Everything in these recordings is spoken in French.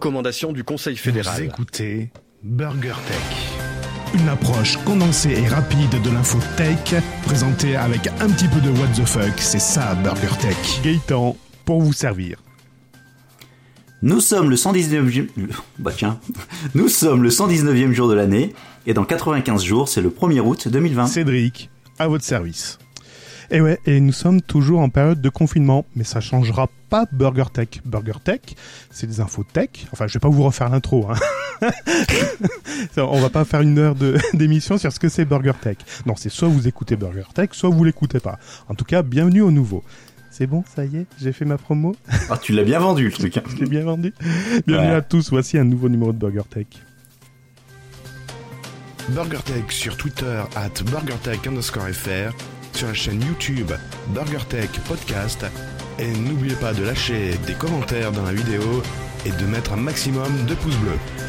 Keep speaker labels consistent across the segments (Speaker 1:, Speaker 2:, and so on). Speaker 1: Recommandation du Conseil fédéral.
Speaker 2: Vous écoutez Burger Tech. Une approche condensée et rapide de l'info tech, présentée avec un petit peu de what the fuck, c'est ça Burger Tech. Gaëtan, pour vous servir.
Speaker 3: Nous sommes le 119e... Bah tiens. Nous sommes le 119e jour de l'année, et dans 95 jours, c'est le 1er août 2020.
Speaker 2: Cédric, à votre service. Et ouais, et nous sommes toujours en période de confinement, mais ça changera pas Burger Tech. Burger Tech, c'est des infos tech. Enfin, je vais pas vous refaire l'intro. Hein. On va pas faire une heure de, d'émission sur ce que c'est Burger Tech. Non, c'est soit vous écoutez Burger Tech, soit vous l'écoutez pas. En tout cas, bienvenue au nouveau. C'est bon, ça y est, j'ai fait ma promo.
Speaker 3: Ah, tu l'as bien vendu le truc. hein.
Speaker 2: Je l'ai bien vendu. Bienvenue
Speaker 3: Ouais.
Speaker 2: à tous, voici un nouveau numéro de Burger Tech.
Speaker 4: BurgerTech sur Twitter at BurgerTech underscore FR, sur la chaîne YouTube BurgerTech Podcast. Et n'oubliez pas de lâcher des commentaires dans la vidéo et de mettre un maximum de pouces bleus.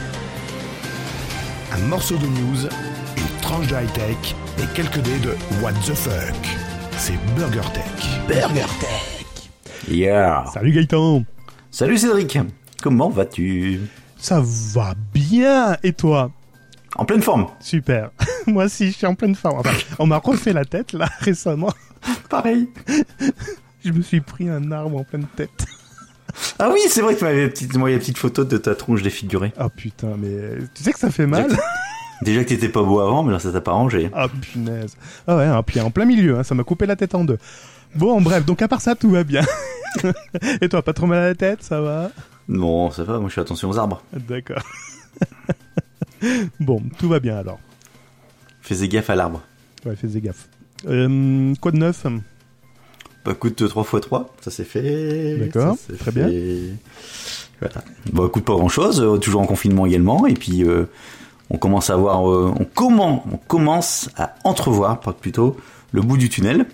Speaker 4: Un morceau de news, une tranche de high-tech et quelques dés de What the fuck. C'est BurgerTech.
Speaker 3: Yeah.
Speaker 2: Salut Gaëtan
Speaker 3: Salut Cédric. Comment vas-tu
Speaker 2: Ça va bien, et toi
Speaker 3: En pleine forme.
Speaker 2: Super. Moi aussi, je suis en pleine forme. Enfin, on m'a refait la tête, là, récemment.
Speaker 3: Pareil.
Speaker 2: Je me suis pris un arbre en pleine tête.
Speaker 3: Ah oui, c'est vrai que tu m'avais petite, envoyé la petite photo de ta tronche défigurée.
Speaker 2: Ah putain, mais euh, tu sais que ça fait mal
Speaker 3: Déjà que t'étais pas beau avant, mais là ça t'a pas arrangé.
Speaker 2: Ah punaise. Ah ouais, un pied en plein milieu, hein, ça m'a coupé la tête en deux. Bon, bref, donc à part ça, tout va bien. Et toi, pas trop mal à la tête, ça va
Speaker 3: Non, ça va, moi je fais attention aux arbres.
Speaker 2: D'accord. bon, tout va bien alors.
Speaker 3: Faisais gaffe à l'arbre.
Speaker 2: Ouais, fais des gaffe. Euh, quoi de neuf
Speaker 3: Bah écoute, 3 x 3, ça c'est fait.
Speaker 2: D'accord,
Speaker 3: Ça, c'est
Speaker 2: très
Speaker 3: fait. Voilà. Bah écoute, pas grand chose, toujours en confinement également, et puis euh, on commence à voir, euh, on, comment, on commence à entrevoir, pas plutôt, le bout du tunnel.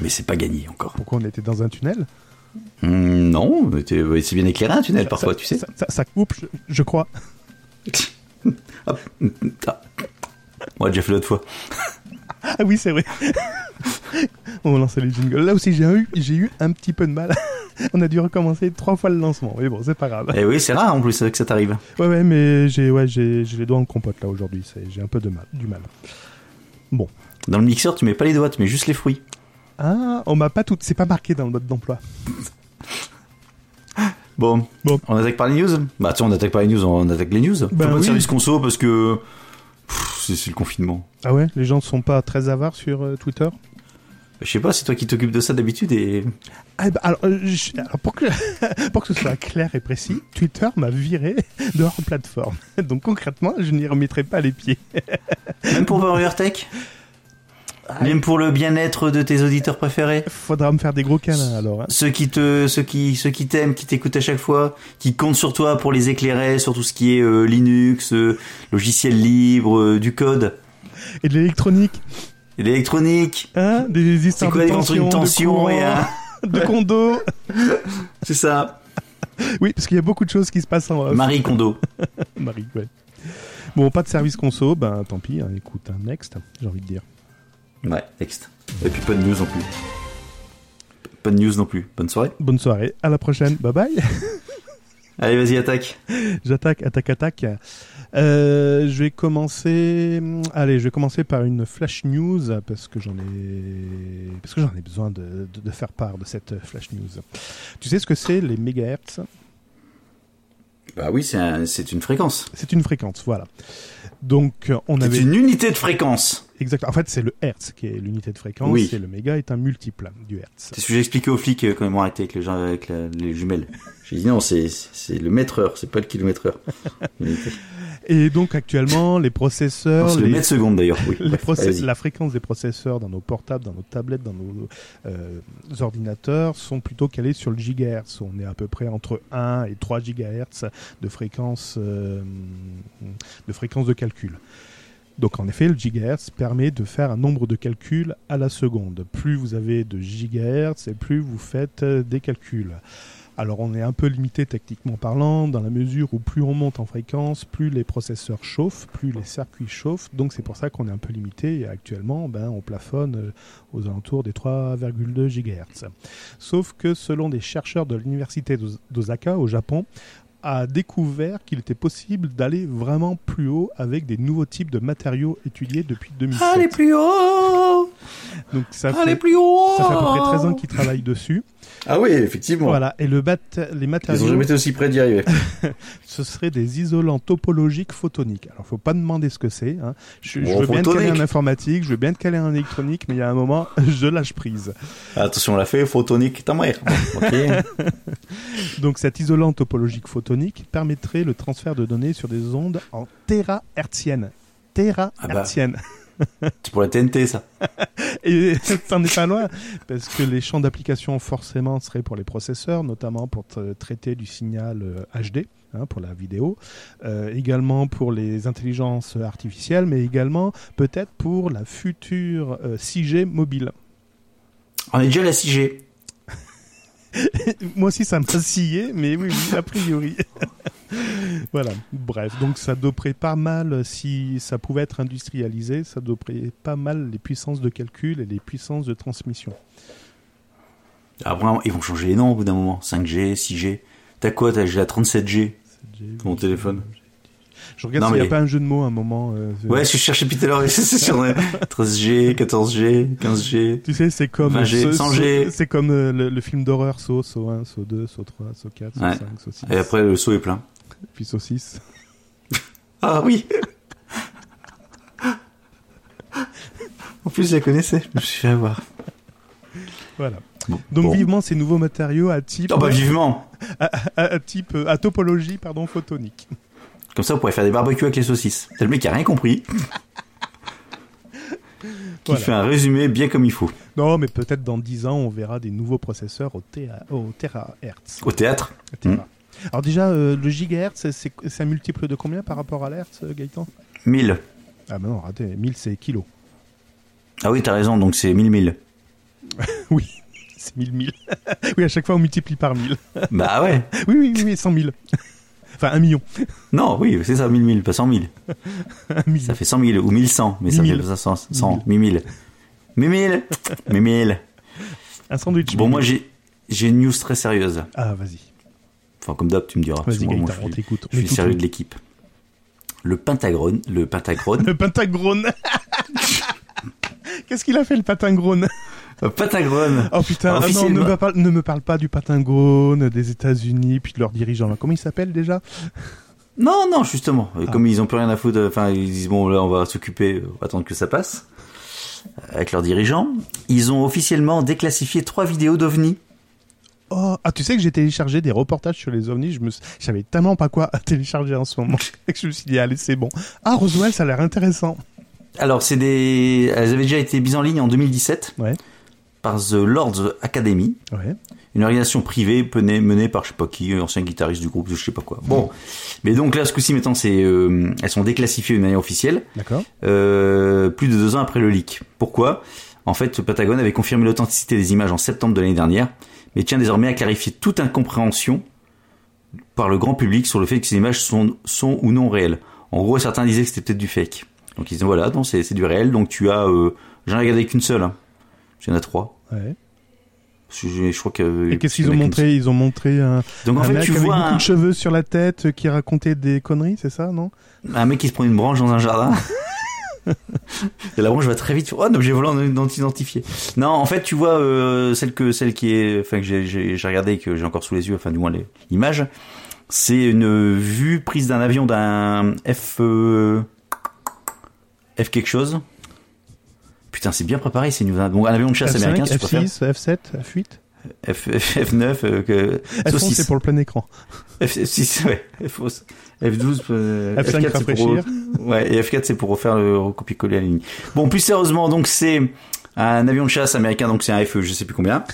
Speaker 3: Mais c'est pas gagné encore.
Speaker 2: Pourquoi on était dans un tunnel
Speaker 3: Hum, non, mais t'es- ouais, c'est bien éclairé un tunnel parfois,
Speaker 2: ça,
Speaker 3: tu sais.
Speaker 2: Ça, ça- ça coupe, je, je crois.
Speaker 3: Hop. Ah. On l'a déjà fait l'autre fois.
Speaker 2: Ah oui, c'est vrai. on va lancer les jingles. Là aussi, j'ai eu, j'ai eu un petit peu de mal. on a dû recommencer trois fois le lancement. Mais bon, c'est pas grave.
Speaker 3: Et Eh oui, c'est rare en plus que ça t'arrive.
Speaker 2: Ouais, ouais, mais j'ai ouais, j'ai j'ai les doigts en compote là aujourd'hui. c'est- J'ai un peu de mal, du mal. Bon.
Speaker 3: Dans le mixeur, tu mets pas les doigts, tu mets juste les fruits.
Speaker 2: Ah, on m'a pas tout. C'est pas marqué dans le mode d'emploi.
Speaker 3: Bon.
Speaker 2: Bon. Bah
Speaker 3: On attaque par les news Bah, tu sais, on attaque par les news, on attaque les news. Tout le monde
Speaker 2: oui.
Speaker 3: service conso parce que. pff, c'est- C'est le confinement.
Speaker 2: Ah ouais Les gens sont pas très avares sur euh, Twitter
Speaker 3: Je sais pas, c'est toi qui t'occupes de ça d'habitude et.
Speaker 2: ah, bah, alors, euh, je- alors, pour, que, pour que ce soit clair et précis, Twitter m'a viré de hors plateforme. Donc concrètement, je n'y remettrai pas les pieds.
Speaker 3: Même pour Burger Tech Même pour le bien-être de tes auditeurs préférés
Speaker 2: Faudra me faire des gros câlins alors. hein.
Speaker 3: ceux qui te, ceux qui, ceux qui t'aiment, qui t'écoutent à chaque fois, qui comptent sur toi pour les éclairer sur tout ce qui est euh, Linux, euh, logiciel libre, euh, du code,
Speaker 2: Et de l'électronique,
Speaker 3: et de l'électronique.
Speaker 2: hein Des
Speaker 3: C'est
Speaker 2: histoires
Speaker 3: quoi
Speaker 2: de
Speaker 3: les entre
Speaker 2: tension,
Speaker 3: une tension hein
Speaker 2: de courant,
Speaker 3: et un...
Speaker 2: de condo.
Speaker 3: C'est ça.
Speaker 2: Oui, parce qu'il y a beaucoup de choses qui se passent en off.
Speaker 3: Marie Kondo.
Speaker 2: Marie, ouais. Bon, pas de service conso, ben tant pis, hein, écoute, un next, j'ai envie de dire.
Speaker 3: Ouais, texte. Et puis pas de news non plus. Pas de news non plus. Bonne soirée.
Speaker 2: Bonne soirée, à la prochaine, bye bye.
Speaker 3: Allez, vas-y, attaque.
Speaker 2: J'attaque, attaque, attaque. Euh, je vais commencer. Allez, je vais commencer par une flash news parce que j'en ai, parce que j'en ai besoin de, de- de faire part de cette flash news. Tu sais ce que c'est les mégahertz
Speaker 3: Bah oui, c'est un- c'est une fréquence.
Speaker 2: C'est une fréquence, voilà. Donc on
Speaker 3: C'est
Speaker 2: avait
Speaker 3: une unité de fréquence.
Speaker 2: exact. En fait, c'est le hertz qui est l'unité de fréquence
Speaker 3: Oui.
Speaker 2: et le méga est un multiple du hertz.
Speaker 3: C'est ce que j'ai expliqué aux flics euh, quand ils m'ont arrêté avec les, gens, avec la- les jumelles. J'ai dit non, c'est c'est le mètre-heure, c'est pas le kilomètre-heure. Unité.
Speaker 2: Et donc actuellement, les
Speaker 3: Non,
Speaker 2: processeurs,
Speaker 3: C'est le
Speaker 2: les-
Speaker 3: mètre-seconde d'ailleurs, oui.
Speaker 2: Les
Speaker 3: Bref,
Speaker 2: process-
Speaker 3: allez-y.
Speaker 2: la fréquence des processeurs dans nos portables, dans nos tablettes, dans nos euh, ordinateurs sont plutôt calés sur le gigahertz. On est à peu près entre 1 et 3 gigahertz de fréquence, euh, de fréquence de calcul. Donc en effet, le gigahertz permet de faire un nombre de calculs à la seconde. Plus vous avez de gigahertz et plus vous faites euh, des calculs. Alors on est un peu limité techniquement parlant, dans la mesure où plus on monte en fréquence, plus les processeurs chauffent, plus les circuits chauffent, donc c'est pour ça qu'on est un peu limité et actuellement ben, on plafonne euh, aux alentours des 3,2 GHz. Sauf que selon des chercheurs de l'université d'Os- d'Osaka au Japon, a découvert qu'il était possible d'aller vraiment plus haut avec des nouveaux types de matériaux étudiés depuis 2007.
Speaker 3: Allez plus haut
Speaker 2: Donc ça
Speaker 3: Allez
Speaker 2: fait,
Speaker 3: plus haut
Speaker 2: ça fait à peu près
Speaker 3: Oh
Speaker 2: 13 ans qu'ils travaillent dessus.
Speaker 3: Ah oui, effectivement.
Speaker 2: Voilà, et le bat les
Speaker 3: Ils
Speaker 2: matériaux,
Speaker 3: ont jamais été aussi près d'y arriver.
Speaker 2: ce seraient des isolants topologiques photoniques. Alors, faut pas demander ce que c'est. Hein. Je, je
Speaker 3: Bon,
Speaker 2: veux bien te caler
Speaker 3: photonique.
Speaker 2: en informatique, je veux bien te caler en électronique, mais il y a un moment, je lâche prise.
Speaker 3: Attention, on l'a fait, photonique, ta mère. Bon, ok.
Speaker 2: Donc cet isolant topologique photonique permettrait le transfert de données sur des ondes en térahertziennes.
Speaker 3: Ah bah.
Speaker 2: Térahertziennes.
Speaker 3: C'est pour la TNT, ça.
Speaker 2: Et ça n'est pas loin, parce que les champs d'application forcément seraient pour les processeurs, notamment pour tra- traiter du signal euh, HD, hein, pour la vidéo, euh, également pour les intelligences artificielles, mais également peut-être pour la future euh, 6G mobile.
Speaker 3: On est déjà à la 6G.
Speaker 2: Moi aussi, ça me scié, mais oui, oui, a priori. voilà, bref, donc ça doperait pas mal, euh, si ça pouvait être industrialisé, ça doperait pas mal les puissances de calcul et les puissances de transmission.
Speaker 3: Après, ils vont changer les noms au bout d'un moment. 5G, 6G. T'as quoi T'as j'ai la 37G. Mon téléphone.
Speaker 2: Je regarde
Speaker 3: Non,
Speaker 2: s'il n'y
Speaker 3: mais-
Speaker 2: a pas un jeu de mots à un moment. euh,
Speaker 3: Ouais, je cherchais depuis tout à l'heure. c'est sur le- 13G, 14G, 15G.
Speaker 2: Tu sais, c'est comme,
Speaker 3: 20G,
Speaker 2: ce-
Speaker 3: 100G.
Speaker 2: ce- c'est comme euh, le, le film d'horreur Saut, Saut 1, Saut 2, Saut 3, Saut 4, Saut
Speaker 3: Ouais.
Speaker 2: 5, Saut 6,
Speaker 3: Et après, le saut est plein.
Speaker 2: puis Saut 6.
Speaker 3: Ah oui En plus, je la connaissais. Je me suis fait avoir.
Speaker 2: Voilà.
Speaker 3: Bon.
Speaker 2: Donc
Speaker 3: Bon.
Speaker 2: vivement ces nouveaux matériaux à type,
Speaker 3: Oh bah vivement
Speaker 2: à, à type euh, à topologie pardon photonique.
Speaker 3: Comme ça, on pourrait faire des barbecues avec les saucisses. C'est le mec qui a rien compris, qui
Speaker 2: Voilà.
Speaker 3: fait un résumé bien comme il faut.
Speaker 2: Non, mais peut-être dans 10 ans, on verra des nouveaux processeurs au, téra- au terahertz.
Speaker 3: Au théâtre,
Speaker 2: Téra. Alors déjà, euh, le gigahertz, c'est- c'est c'est un multiple de combien par rapport à l'hertz, euh, Gaëtan
Speaker 3: 1000.
Speaker 2: Ah mais non, ratez, 1000 c'est kilos.
Speaker 3: Ah oui, t'as raison, donc c'est 1000 1000.
Speaker 2: Oui, c'est 1000 1000. oui, à chaque fois, on multiplie par 1000.
Speaker 3: Bah ouais.
Speaker 2: Oui, oui, oui, oui, 100 000. Enfin, 1 million.
Speaker 3: Non, oui, c'est ça, 1000 1000, pas 100 000.
Speaker 2: 1 million.
Speaker 3: Ça fait 100 000 ou 1100, mais ça
Speaker 2: 1000.
Speaker 3: fait pas 100, 100 1000. 1000 1000
Speaker 2: Un sandwich.
Speaker 3: Bon, moi, j'ai j'ai une news très sérieuse.
Speaker 2: Ah, vas-y.
Speaker 3: Enfin, comme d'hab, Ah, tu me diras. parce que
Speaker 2: Vas-y,
Speaker 3: moi, moi,
Speaker 2: Gaëtan, on
Speaker 3: je suis,
Speaker 2: t'écoute.
Speaker 3: je
Speaker 2: On
Speaker 3: suis
Speaker 2: est tout
Speaker 3: sérieux
Speaker 2: ouïe.
Speaker 3: de l'équipe. Le Pentagone, le Pentagone,
Speaker 2: Le pentagrone. Qu'est-ce qu'il a fait, le pentagrone
Speaker 3: le Pentagone.
Speaker 2: Oh putain, ah non,
Speaker 3: Officiellement-
Speaker 2: ne, me parle, ne me parle pas du Pentagone, des États-Unis, puis de leurs dirigeants. là. Comment ils s'appellent déjà
Speaker 3: Non, non, justement.
Speaker 2: Ah.
Speaker 3: Euh, Comme ils ont plus rien à foutre, euh, enfin, ils disent bon, là, on va s'occuper, euh, attendre que ça passe. euh, Avec leurs dirigeants. Ils ont officiellement déclassifié trois vidéos d'OVNI.
Speaker 2: Oh, ah, tu sais que j'ai téléchargé des reportages sur les ovnis. Je me, je savais tellement pas quoi à télécharger en ce moment que je me suis dit, allez, c'est bon. Ah, Roswell, ça a l'air intéressant.
Speaker 3: Alors, c'est des, elles avaient déjà été mises en ligne en 2017
Speaker 2: Ouais.
Speaker 3: par The Lords Academy,
Speaker 2: Ouais.
Speaker 3: une organisation privée menée, menée par je sais pas qui, ancien guitariste du groupe, je sais pas quoi. Bon. Mais donc là, ce coup-ci, maintenant, c'est, euh, elles sont déclassifiées de manière officielle.
Speaker 2: D'accord.
Speaker 3: euh, plus de deux ans après le leak. Pourquoi En fait, le Pentagone avait confirmé l'authenticité des images en septembre de l'année dernière, mais tient désormais à clarifier toute incompréhension par le grand public sur le fait que ces images sont, sont ou non réelles. En gros, certains disaient que c'était peut-être du fake. Donc ils disaient, voilà, non, c'est c'est du réel, donc tu as... Euh, J'en ai regardé qu'une seule, hein. j'en ai trois.
Speaker 2: Ouais.
Speaker 3: Parce que Je, je crois que...
Speaker 2: Et qu'est-ce
Speaker 3: il y
Speaker 2: qu'ils
Speaker 3: en
Speaker 2: ont
Speaker 3: a qu'une
Speaker 2: montré Ils ont montré un,
Speaker 3: seule. Donc en
Speaker 2: un
Speaker 3: fait,
Speaker 2: mec
Speaker 3: tu
Speaker 2: avec
Speaker 3: vois
Speaker 2: beaucoup
Speaker 3: un,
Speaker 2: de cheveux sur la tête euh, qui racontait des conneries, c'est ça, non
Speaker 3: un mec qui se prend une branche dans un jardin. Et la branche va très vite. Oh, un objet volant non identifié. Non, en fait, tu vois euh, celle que celle qui est, enfin que j'ai- j'ai j'ai regardé et que j'ai encore sous les yeux, enfin du moins les- l'image. C'est une vue prise d'un avion d'un F euh, F quelque chose. Putain, c'est bien préparé. C'est une bon, un avion de chasse
Speaker 2: F5,
Speaker 3: américain. si tu préfères.
Speaker 2: F6, F7, F8
Speaker 3: F, F, F9, euh, que,
Speaker 2: F11,
Speaker 3: saucisse.
Speaker 2: c'est pour le plein écran.
Speaker 3: F- F6, ouais. F11, F12, euh, F4,
Speaker 2: F5
Speaker 3: c'est pour,
Speaker 2: rafraîchir.
Speaker 3: ouais, et F4, c'est pour refaire le recopier-coller à la ligne. Bon, plus sérieusement, donc c'est un avion de chasse américain, donc c'est un FE, je sais plus combien.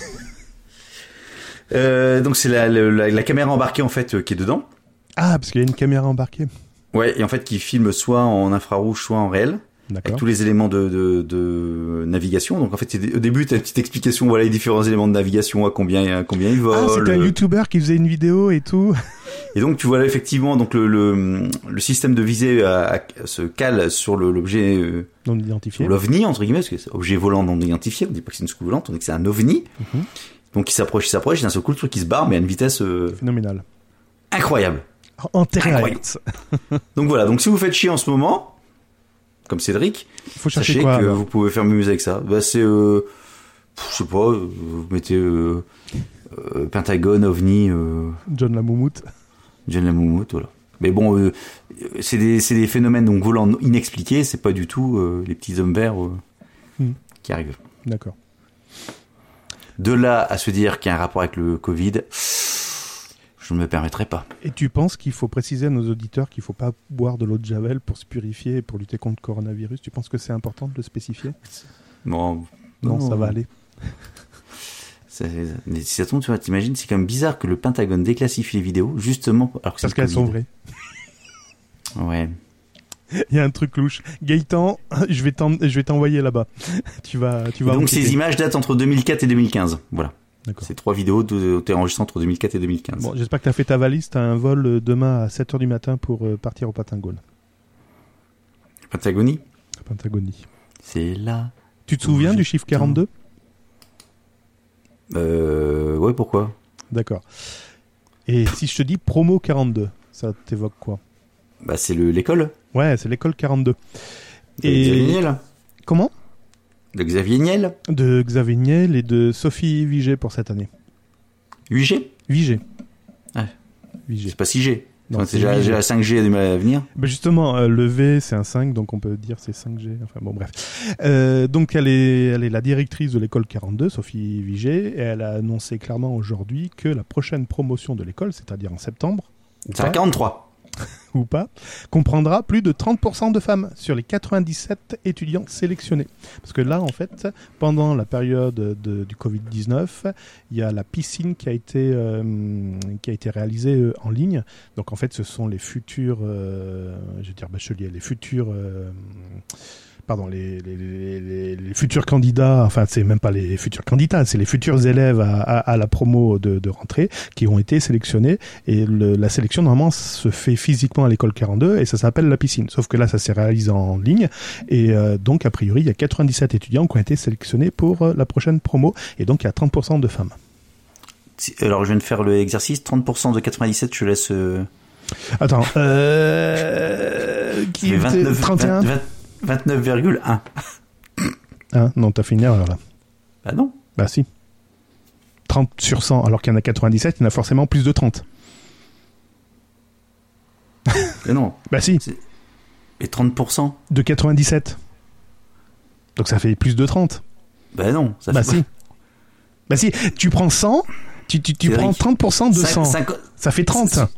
Speaker 3: Euh, donc c'est la, le- la, la caméra embarquée en fait euh, qui est dedans.
Speaker 2: Ah, parce qu'il y a une caméra embarquée.
Speaker 3: Ouais, et en fait qui filme soit en infrarouge, soit en réel avec
Speaker 2: D'accord.
Speaker 3: tous les éléments de, de, de navigation. Donc en fait, c'est- au début, t'as une petite explication, voilà les différents éléments de navigation, à combien, à combien ils volent. euh,
Speaker 2: Ah, c'était un YouTuber qui faisait une vidéo et tout.
Speaker 3: Et donc tu vois là effectivement donc le, le, le système de visée euh, à- à- se cale sur le- l'objet euh,
Speaker 2: Non
Speaker 3: sur
Speaker 2: identifié.
Speaker 3: l'ovni entre guillemets parce que c'est objet volant non identifié on dit pas que c'est une scoule volante on dit que c'est un ovni
Speaker 2: Mhm.
Speaker 3: donc il s'approche il s'approche et d'un seul coup le truc qui se barre mais à une vitesse euh,
Speaker 2: Phénoménal.
Speaker 3: incroyable
Speaker 2: En terahertz.
Speaker 3: Donc voilà, donc si vous faites chier en ce moment, comme Cédric,
Speaker 2: Faut chercher
Speaker 3: sachez
Speaker 2: quoi euh,
Speaker 3: que
Speaker 2: alors
Speaker 3: vous pouvez faire mieux avec ça. Bah c'est, euh, pff, je sais pas, euh, vous mettez euh, euh, Pentagone, OVNI, euh,
Speaker 2: John Lamoumout.
Speaker 3: John Lamoumout, voilà. Mais bon, euh, euh, c'est des, c'est des phénomènes donc volants inexpliqués, c'est pas du tout euh, les petits hommes verts euh,
Speaker 2: Hmm.
Speaker 3: qui arrivent.
Speaker 2: D'accord.
Speaker 3: De là à se dire qu'il y a un rapport avec le Covid, je ne me permettrai pas.
Speaker 2: Et tu penses qu'il faut préciser à nos auditeurs qu'il ne faut pas boire de l'eau de Javel pour se purifier et pour lutter contre le coronavirus Tu penses que c'est important de le spécifier
Speaker 3: Bon,
Speaker 2: non,
Speaker 3: Non.
Speaker 2: ça va aller.
Speaker 3: ça- mais si ça tombe, tu vois, t'imagines, c'est quand même bizarre que le Pentagone déclassifie les vidéos, justement, alors que c'est
Speaker 2: Parce
Speaker 3: le
Speaker 2: qu'elles sont
Speaker 3: Covid.
Speaker 2: vraies.
Speaker 3: Ouais.
Speaker 2: Il y a un truc louche. Gaëtan, je vais t'en- je vais t'envoyer là-bas. Tu vas, tu vas.
Speaker 3: Donc
Speaker 2: enquêter.
Speaker 3: ces images datent entre 2004 et 2015. Voilà.
Speaker 2: D'accord.
Speaker 3: Ces trois vidéos ont été enregistrées entre 2004 et 2015.
Speaker 2: Bon, j'espère que tu as fait ta valise. Tu as un vol euh, demain à 7h du matin pour euh, partir au Patagone.
Speaker 3: Patagonie,
Speaker 2: à Patagonie.
Speaker 3: c'est là.
Speaker 2: Tu te souviens
Speaker 3: Oui,
Speaker 2: du chiffre 42
Speaker 3: Euh, ouais, pourquoi
Speaker 2: D'accord. Et si je te dis promo 42, ça t'évoque quoi
Speaker 3: Bah, c'est le- l'école.
Speaker 2: Ouais, c'est l'école 42.
Speaker 3: de
Speaker 2: Et-
Speaker 3: Xavier Niel.
Speaker 2: Comment
Speaker 3: De Xavier Niel.
Speaker 2: De Xavier Niel et de Sophie Vigé pour cette année.
Speaker 3: 8G.
Speaker 2: Vigé.
Speaker 3: Ah.
Speaker 2: Vigé.
Speaker 3: C'est pas 6G.
Speaker 2: Non,
Speaker 3: Enfin,
Speaker 2: c'est
Speaker 3: c'est déjà,
Speaker 2: huit G.
Speaker 3: déjà 5G du mal à venir.
Speaker 2: Bah justement, euh, le V c'est un 5, donc on peut dire c'est 5G. Enfin bon, bref. Euh, donc elle est, elle est la directrice de l'école 42, Sophie Vigé, et elle a annoncé clairement aujourd'hui que la prochaine promotion de l'école, c'est-à-dire en septembre, ou
Speaker 3: C'est à
Speaker 2: pas,
Speaker 3: 43.
Speaker 2: ou pas, comprendra plus de 30% de femmes sur les 97 étudiants sélectionnés. Parce que là, en fait, pendant la période de- du Covid-19, il y a la piscine qui a été, euh, qui a été réalisée euh, en ligne. Donc, en fait, ce sont les futurs, euh, je vais dire bacheliers, les futurs... euh, Pardon, les, les- les- les- les futurs candidats, enfin, c'est même pas les futurs candidats, c'est les futurs élèves à, à- à la promo de- de rentrée qui ont été sélectionnés et le- la sélection, normalement, se fait physiquement à l'école 42 et ça s'appelle la piscine. Sauf que là, ça s'est réalisé en ligne. Et euh, donc, a priori, il y a 97 étudiants qui ont été sélectionnés pour euh, la prochaine promo. Et donc, il y a 30% de femmes.
Speaker 3: Si- Alors, je viens de faire l'exercice. 30% de 97, je laisse. euh,
Speaker 2: Attends. Euh... Qui
Speaker 3: les
Speaker 2: était-
Speaker 3: 29,
Speaker 2: 31
Speaker 3: vingt- vingt- 29,1.
Speaker 2: Hein Non, t'as fait une erreur là.
Speaker 3: Bah non.
Speaker 2: Bah si. 30 sur 100, alors qu'il y en a 97, il y en a forcément plus de 30.
Speaker 3: Mais non.
Speaker 2: Bah si,
Speaker 3: Et 30%.
Speaker 2: de 97. Donc ça fait plus de 30.
Speaker 3: Bah non. Ça
Speaker 2: bah
Speaker 3: fait
Speaker 2: si. Bah si, tu prends 100, tu, tu, tu
Speaker 3: C'est
Speaker 2: prends
Speaker 3: vrai.
Speaker 2: 30% de
Speaker 3: Cinq-
Speaker 2: 100.
Speaker 3: cinq-
Speaker 2: Ça fait 30.
Speaker 3: Cinq-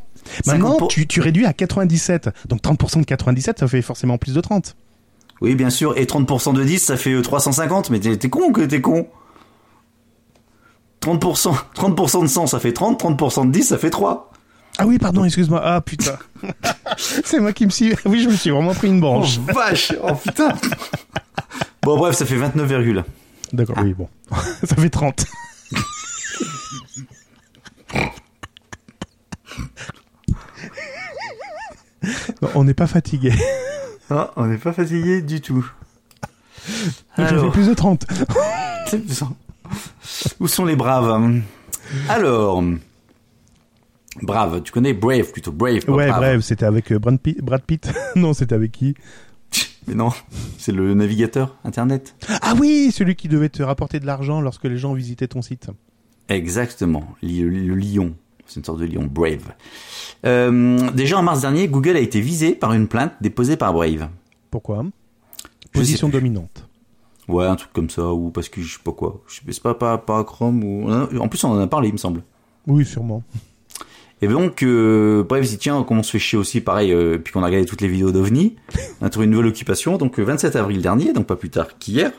Speaker 2: Maintenant,
Speaker 3: 50%.
Speaker 2: tu, tu réduis à 97. Donc 30% de 97, ça fait forcément plus de 30.
Speaker 3: Oui, bien sûr. Et 30% de 10, ça fait euh, 350. Mais t'es t'es con ou que t'es con 30%, 30% de 100, ça fait 30. 30% de 10, ça fait 3.
Speaker 2: Ah oui, pardon, excuse-moi. Ah putain. C'est moi qui me suis. Oui, je me suis vraiment pris une
Speaker 3: Oh,
Speaker 2: branche.
Speaker 3: vache Oh, putain Bon, bref, ça fait 29, virgule.
Speaker 2: D'accord, oui, bon. ça fait 30. Non, on n'est pas fatigué.
Speaker 3: Ah, on n'est pas fatigué du tout.
Speaker 2: Ça fait
Speaker 3: Alors,
Speaker 2: plus de 30.
Speaker 3: où sont les braves Alors, brave, tu connais Brave plutôt, Brave. pas
Speaker 2: Ouais,
Speaker 3: brave.
Speaker 2: bref, c'était avec euh, Brad Pitt. Brad Pitt. non, c'était avec qui
Speaker 3: Mais non, c'est le navigateur Internet.
Speaker 2: Ah oui, celui qui devait te rapporter de l'argent lorsque les gens visitaient ton site.
Speaker 3: Exactement, li- le lion. C'est une sorte de lion, Brave. Euh, déjà en mars dernier, Google a été visé par une plainte déposée par Brave.
Speaker 2: Pourquoi
Speaker 3: Je
Speaker 2: Position
Speaker 3: sais plus.
Speaker 2: dominante.
Speaker 3: Ouais, un truc comme ça, ou parce que je sais pas quoi. Je sais pas, c'est pas, pas, pas Chrome ou. hein. En plus, on en a parlé, il me semble.
Speaker 2: Oui, sûrement.
Speaker 3: Et donc, euh, bref, si tiens, comment on se fait chier aussi, pareil, euh, puis qu'on a regardé toutes les vidéos d'OVNI, on a trouvé une nouvelle occupation. Donc, le 27 avril dernier, donc pas plus tard qu'hier,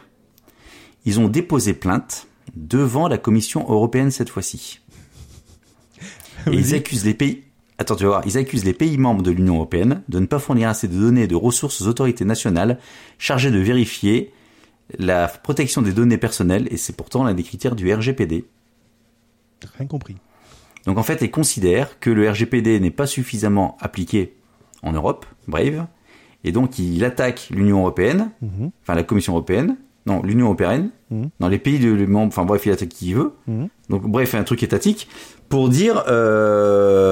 Speaker 3: ils ont déposé plainte devant la Commission européenne cette fois-ci. Et ils
Speaker 2: Vas-y.
Speaker 3: accusent les pays. Attends, tu vas voir. Ils accusent les pays membres de l'Union européenne de ne pas fournir assez de données et de ressources aux autorités nationales chargées de vérifier la protection des données personnelles, et c'est pourtant l'un des critères du RGPD.
Speaker 2: Rien compris.
Speaker 3: Donc en fait, ils considèrent que le RGPD n'est pas suffisamment appliqué en Europe, brave, et donc il attaque l'Union européenne,
Speaker 2: Mhm.
Speaker 3: enfin la Commission européenne, non, l'Union européenne,
Speaker 2: Mhm.
Speaker 3: dans les pays de les membres, enfin bref, il attaque qui il veut.
Speaker 2: Mhm.
Speaker 3: Donc bref, un truc étatique pour dire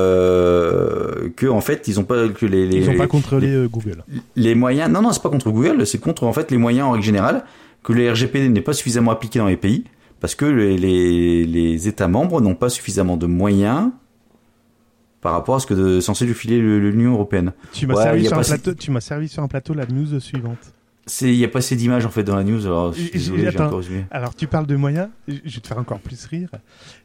Speaker 3: euh, que en fait, ils ont pas que les, les
Speaker 2: Ils n'ont pas contrôlé euh, Google.
Speaker 3: les moyens. Non, non, c'est pas contre Google, c'est contre en fait les moyens en règle générale que le RGPD n'est pas suffisamment appliqué dans les pays parce que les, les, les États membres n'ont pas suffisamment de moyens par rapport à ce que de, censé lui filer le- le- l'Union européenne.
Speaker 2: Tu m'as
Speaker 3: Ouais,
Speaker 2: servi,
Speaker 3: il y a
Speaker 2: sur un
Speaker 3: pas si-
Speaker 2: plateau- tu m'as servi sur un plateau la news suivante.
Speaker 3: C'est il y a pas assez d'images en fait dans la news. Alors je
Speaker 2: J-
Speaker 3: suis
Speaker 2: j-
Speaker 3: désolé, j'ai
Speaker 2: attends. Euh.
Speaker 3: encore résumé.
Speaker 2: Alors, tu parles de moyens, je vais te faire encore plus rire.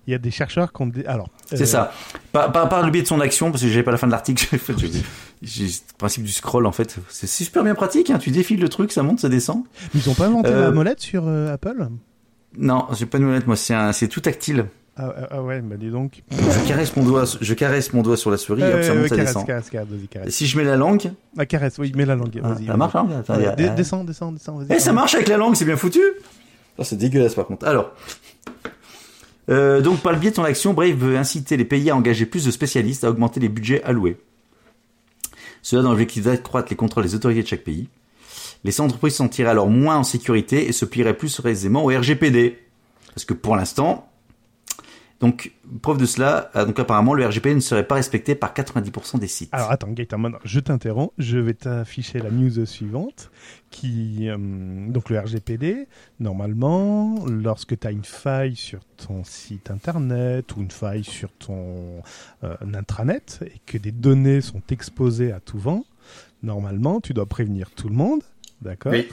Speaker 2: Il y a des chercheurs qui ont. dé- Alors,
Speaker 3: C'est
Speaker 2: euh,
Speaker 3: ça. Par, par, par le biais de son action, parce que j'avais pas la fin de l'article, j'ai fait- j'ai- j'ai le principe du scroll en fait. C'est c'est super bien pratique, hein. tu défiles le truc, ça monte, ça descend.
Speaker 2: Ils n'ont pas inventé
Speaker 3: Euh,
Speaker 2: la molette sur euh, Apple
Speaker 3: Non, j'ai pas de molette, moi, c'est un- c'est tout tactile.
Speaker 2: ah, ah, ah ouais, bah dis donc.
Speaker 3: Je caresse mon doigt, je caresse mon doigt sur la souris, et hop, ça
Speaker 2: Euh,
Speaker 3: monte, ça
Speaker 2: caresse,
Speaker 3: descend.
Speaker 2: caresse, caresse, vas-y,
Speaker 3: Et
Speaker 2: caresse.
Speaker 3: Si je mets la langue,
Speaker 2: Ah, caresse, oui, mets la langue,
Speaker 3: ah,
Speaker 2: vas-y.
Speaker 3: ça
Speaker 2: vas-y.
Speaker 3: marche là Attends, il y a- euh,
Speaker 2: Dé- Descends, descends, descends, vas-y.
Speaker 3: Eh, ça marche avec la langue, c'est bien foutu Ah, C'est dégueulasse par contre. Alors, euh, donc par le biais de son action, Brave veut inciter les pays à engager plus de spécialistes à augmenter les budgets alloués. Cela dans l'objectif d'accroître les contrôles des autorités de chaque pays. Les entreprises s'en tireraient alors moins en sécurité et se plieraient plus aisément au RGPD. Parce que pour l'instant, donc preuve de cela, euh, donc apparemment le RGPD ne serait pas respecté par 90% des sites.
Speaker 2: Alors attends, Gaëtan, maintenant, je t'interromps, je vais t'afficher la news suivante, qui euh, donc le RGPD. Normalement, lorsque tu as une faille sur ton site internet ou une faille sur ton euh, intranet et que des données sont exposées à tout vent, normalement, tu dois prévenir tout le monde, d'accord
Speaker 3: oui.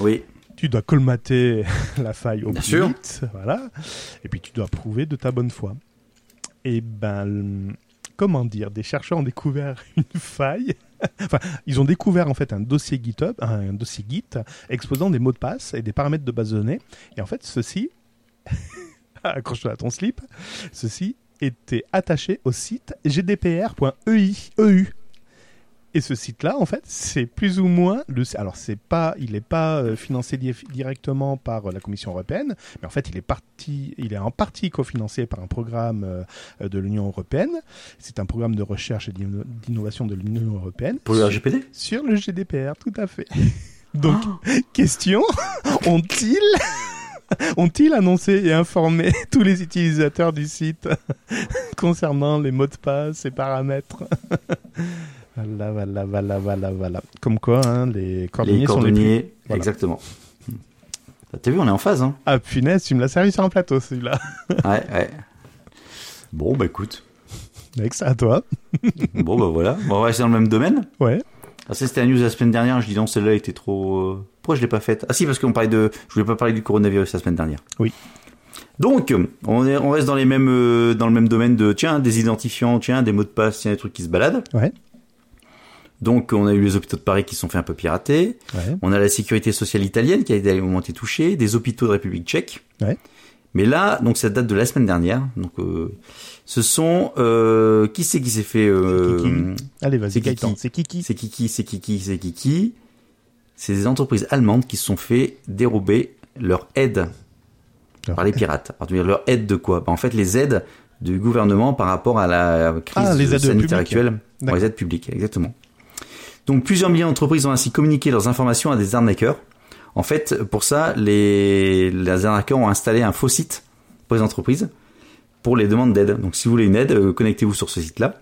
Speaker 3: oui.
Speaker 2: Tu dois colmater la faille au
Speaker 3: Bien
Speaker 2: plus
Speaker 3: sûr.
Speaker 2: vite, voilà. Et puis tu dois prouver de ta bonne foi. Et ben, le- comment dire, des chercheurs ont découvert une faille. enfin, ils ont découvert en fait un dossier GitHub, un dossier Git exposant des mots de passe et des paramètres de base de données. Et en fait, ceci, accroche-toi à ton slip, ceci était attaché au site gdpr.eu. Et ce site-là, en fait, c'est plus ou moins le. Alors, c'est pas, il n'est pas euh, financé di- directement par euh, la Commission européenne, mais en fait, il est parti, il est en partie cofinancé par un programme euh, euh, de l'Union européenne. C'est un programme de recherche et d'inno- d'innovation de l'Union européenne
Speaker 3: Pour le RGPD
Speaker 2: sur le GDPR, tout à fait. Donc,
Speaker 3: Oh.
Speaker 2: question ont-ils ont-ils annoncé et informé tous les utilisateurs du site concernant les mots de passe et paramètres Voilà, voilà, voilà, voilà, voilà. Comme quoi, hein, les coordonnées
Speaker 3: les
Speaker 2: sont les
Speaker 3: cordonniers,
Speaker 2: plus- Voilà.
Speaker 3: exactement. T'as vu, on est en phase, hein
Speaker 2: Ah punaise, tu me l'as servi sur un plateau celui-là.
Speaker 3: Ouais, ouais. Bon, bah écoute.
Speaker 2: Mec, c'est à toi.
Speaker 3: Bon, bah voilà. Bon, on va rester dans le même domaine.
Speaker 2: Ouais.
Speaker 3: Ah, ça, c'était la news la semaine dernière. Je dis non, celle-là était trop. euh, Pourquoi je l'ai pas faite Ah, si, parce qu'on parlait de. Je voulais pas parler du coronavirus la semaine dernière.
Speaker 2: Oui.
Speaker 3: Donc, on, est, on reste dans, les mêmes, euh, dans le même domaine de tiens, des identifiants, tiens, des mots de passe, tiens, des trucs qui se baladent.
Speaker 2: Ouais.
Speaker 3: Donc, on a eu les hôpitaux de Paris qui se sont fait un peu pirater.
Speaker 2: Ouais.
Speaker 3: On a la sécurité sociale italienne qui a été- au moment été touchée, des hôpitaux de République tchèque.
Speaker 2: Ouais.
Speaker 3: Mais là, donc ça date de la semaine dernière. Donc, euh, ce sont euh, qui c'est qui s'est fait euh,
Speaker 2: Allez, vas-y,
Speaker 3: C'est
Speaker 2: Gaëtan.
Speaker 3: Kiki.
Speaker 2: C'est Kiki.
Speaker 3: C'est qui qui c'est qui qui c'est qui qui C'est des entreprises allemandes qui se sont fait dérober leur aide
Speaker 2: Leur
Speaker 3: par les pirates. Alors tu veux dire leur aide de quoi Bah, En fait, les aides du gouvernement par rapport à la crise
Speaker 2: Ah, les aides
Speaker 3: sanitaire
Speaker 2: publiques.
Speaker 3: actuelle.
Speaker 2: D'accord.
Speaker 3: les aides publiques, exactement. Donc plusieurs milliers d'entreprises ont ainsi communiqué leurs informations à des arnaqueurs. En fait, pour ça, les, les arnaqueurs ont installé un faux site pour les entreprises pour les demandes d'aide. Donc si vous voulez une aide, euh, connectez-vous sur ce site-là.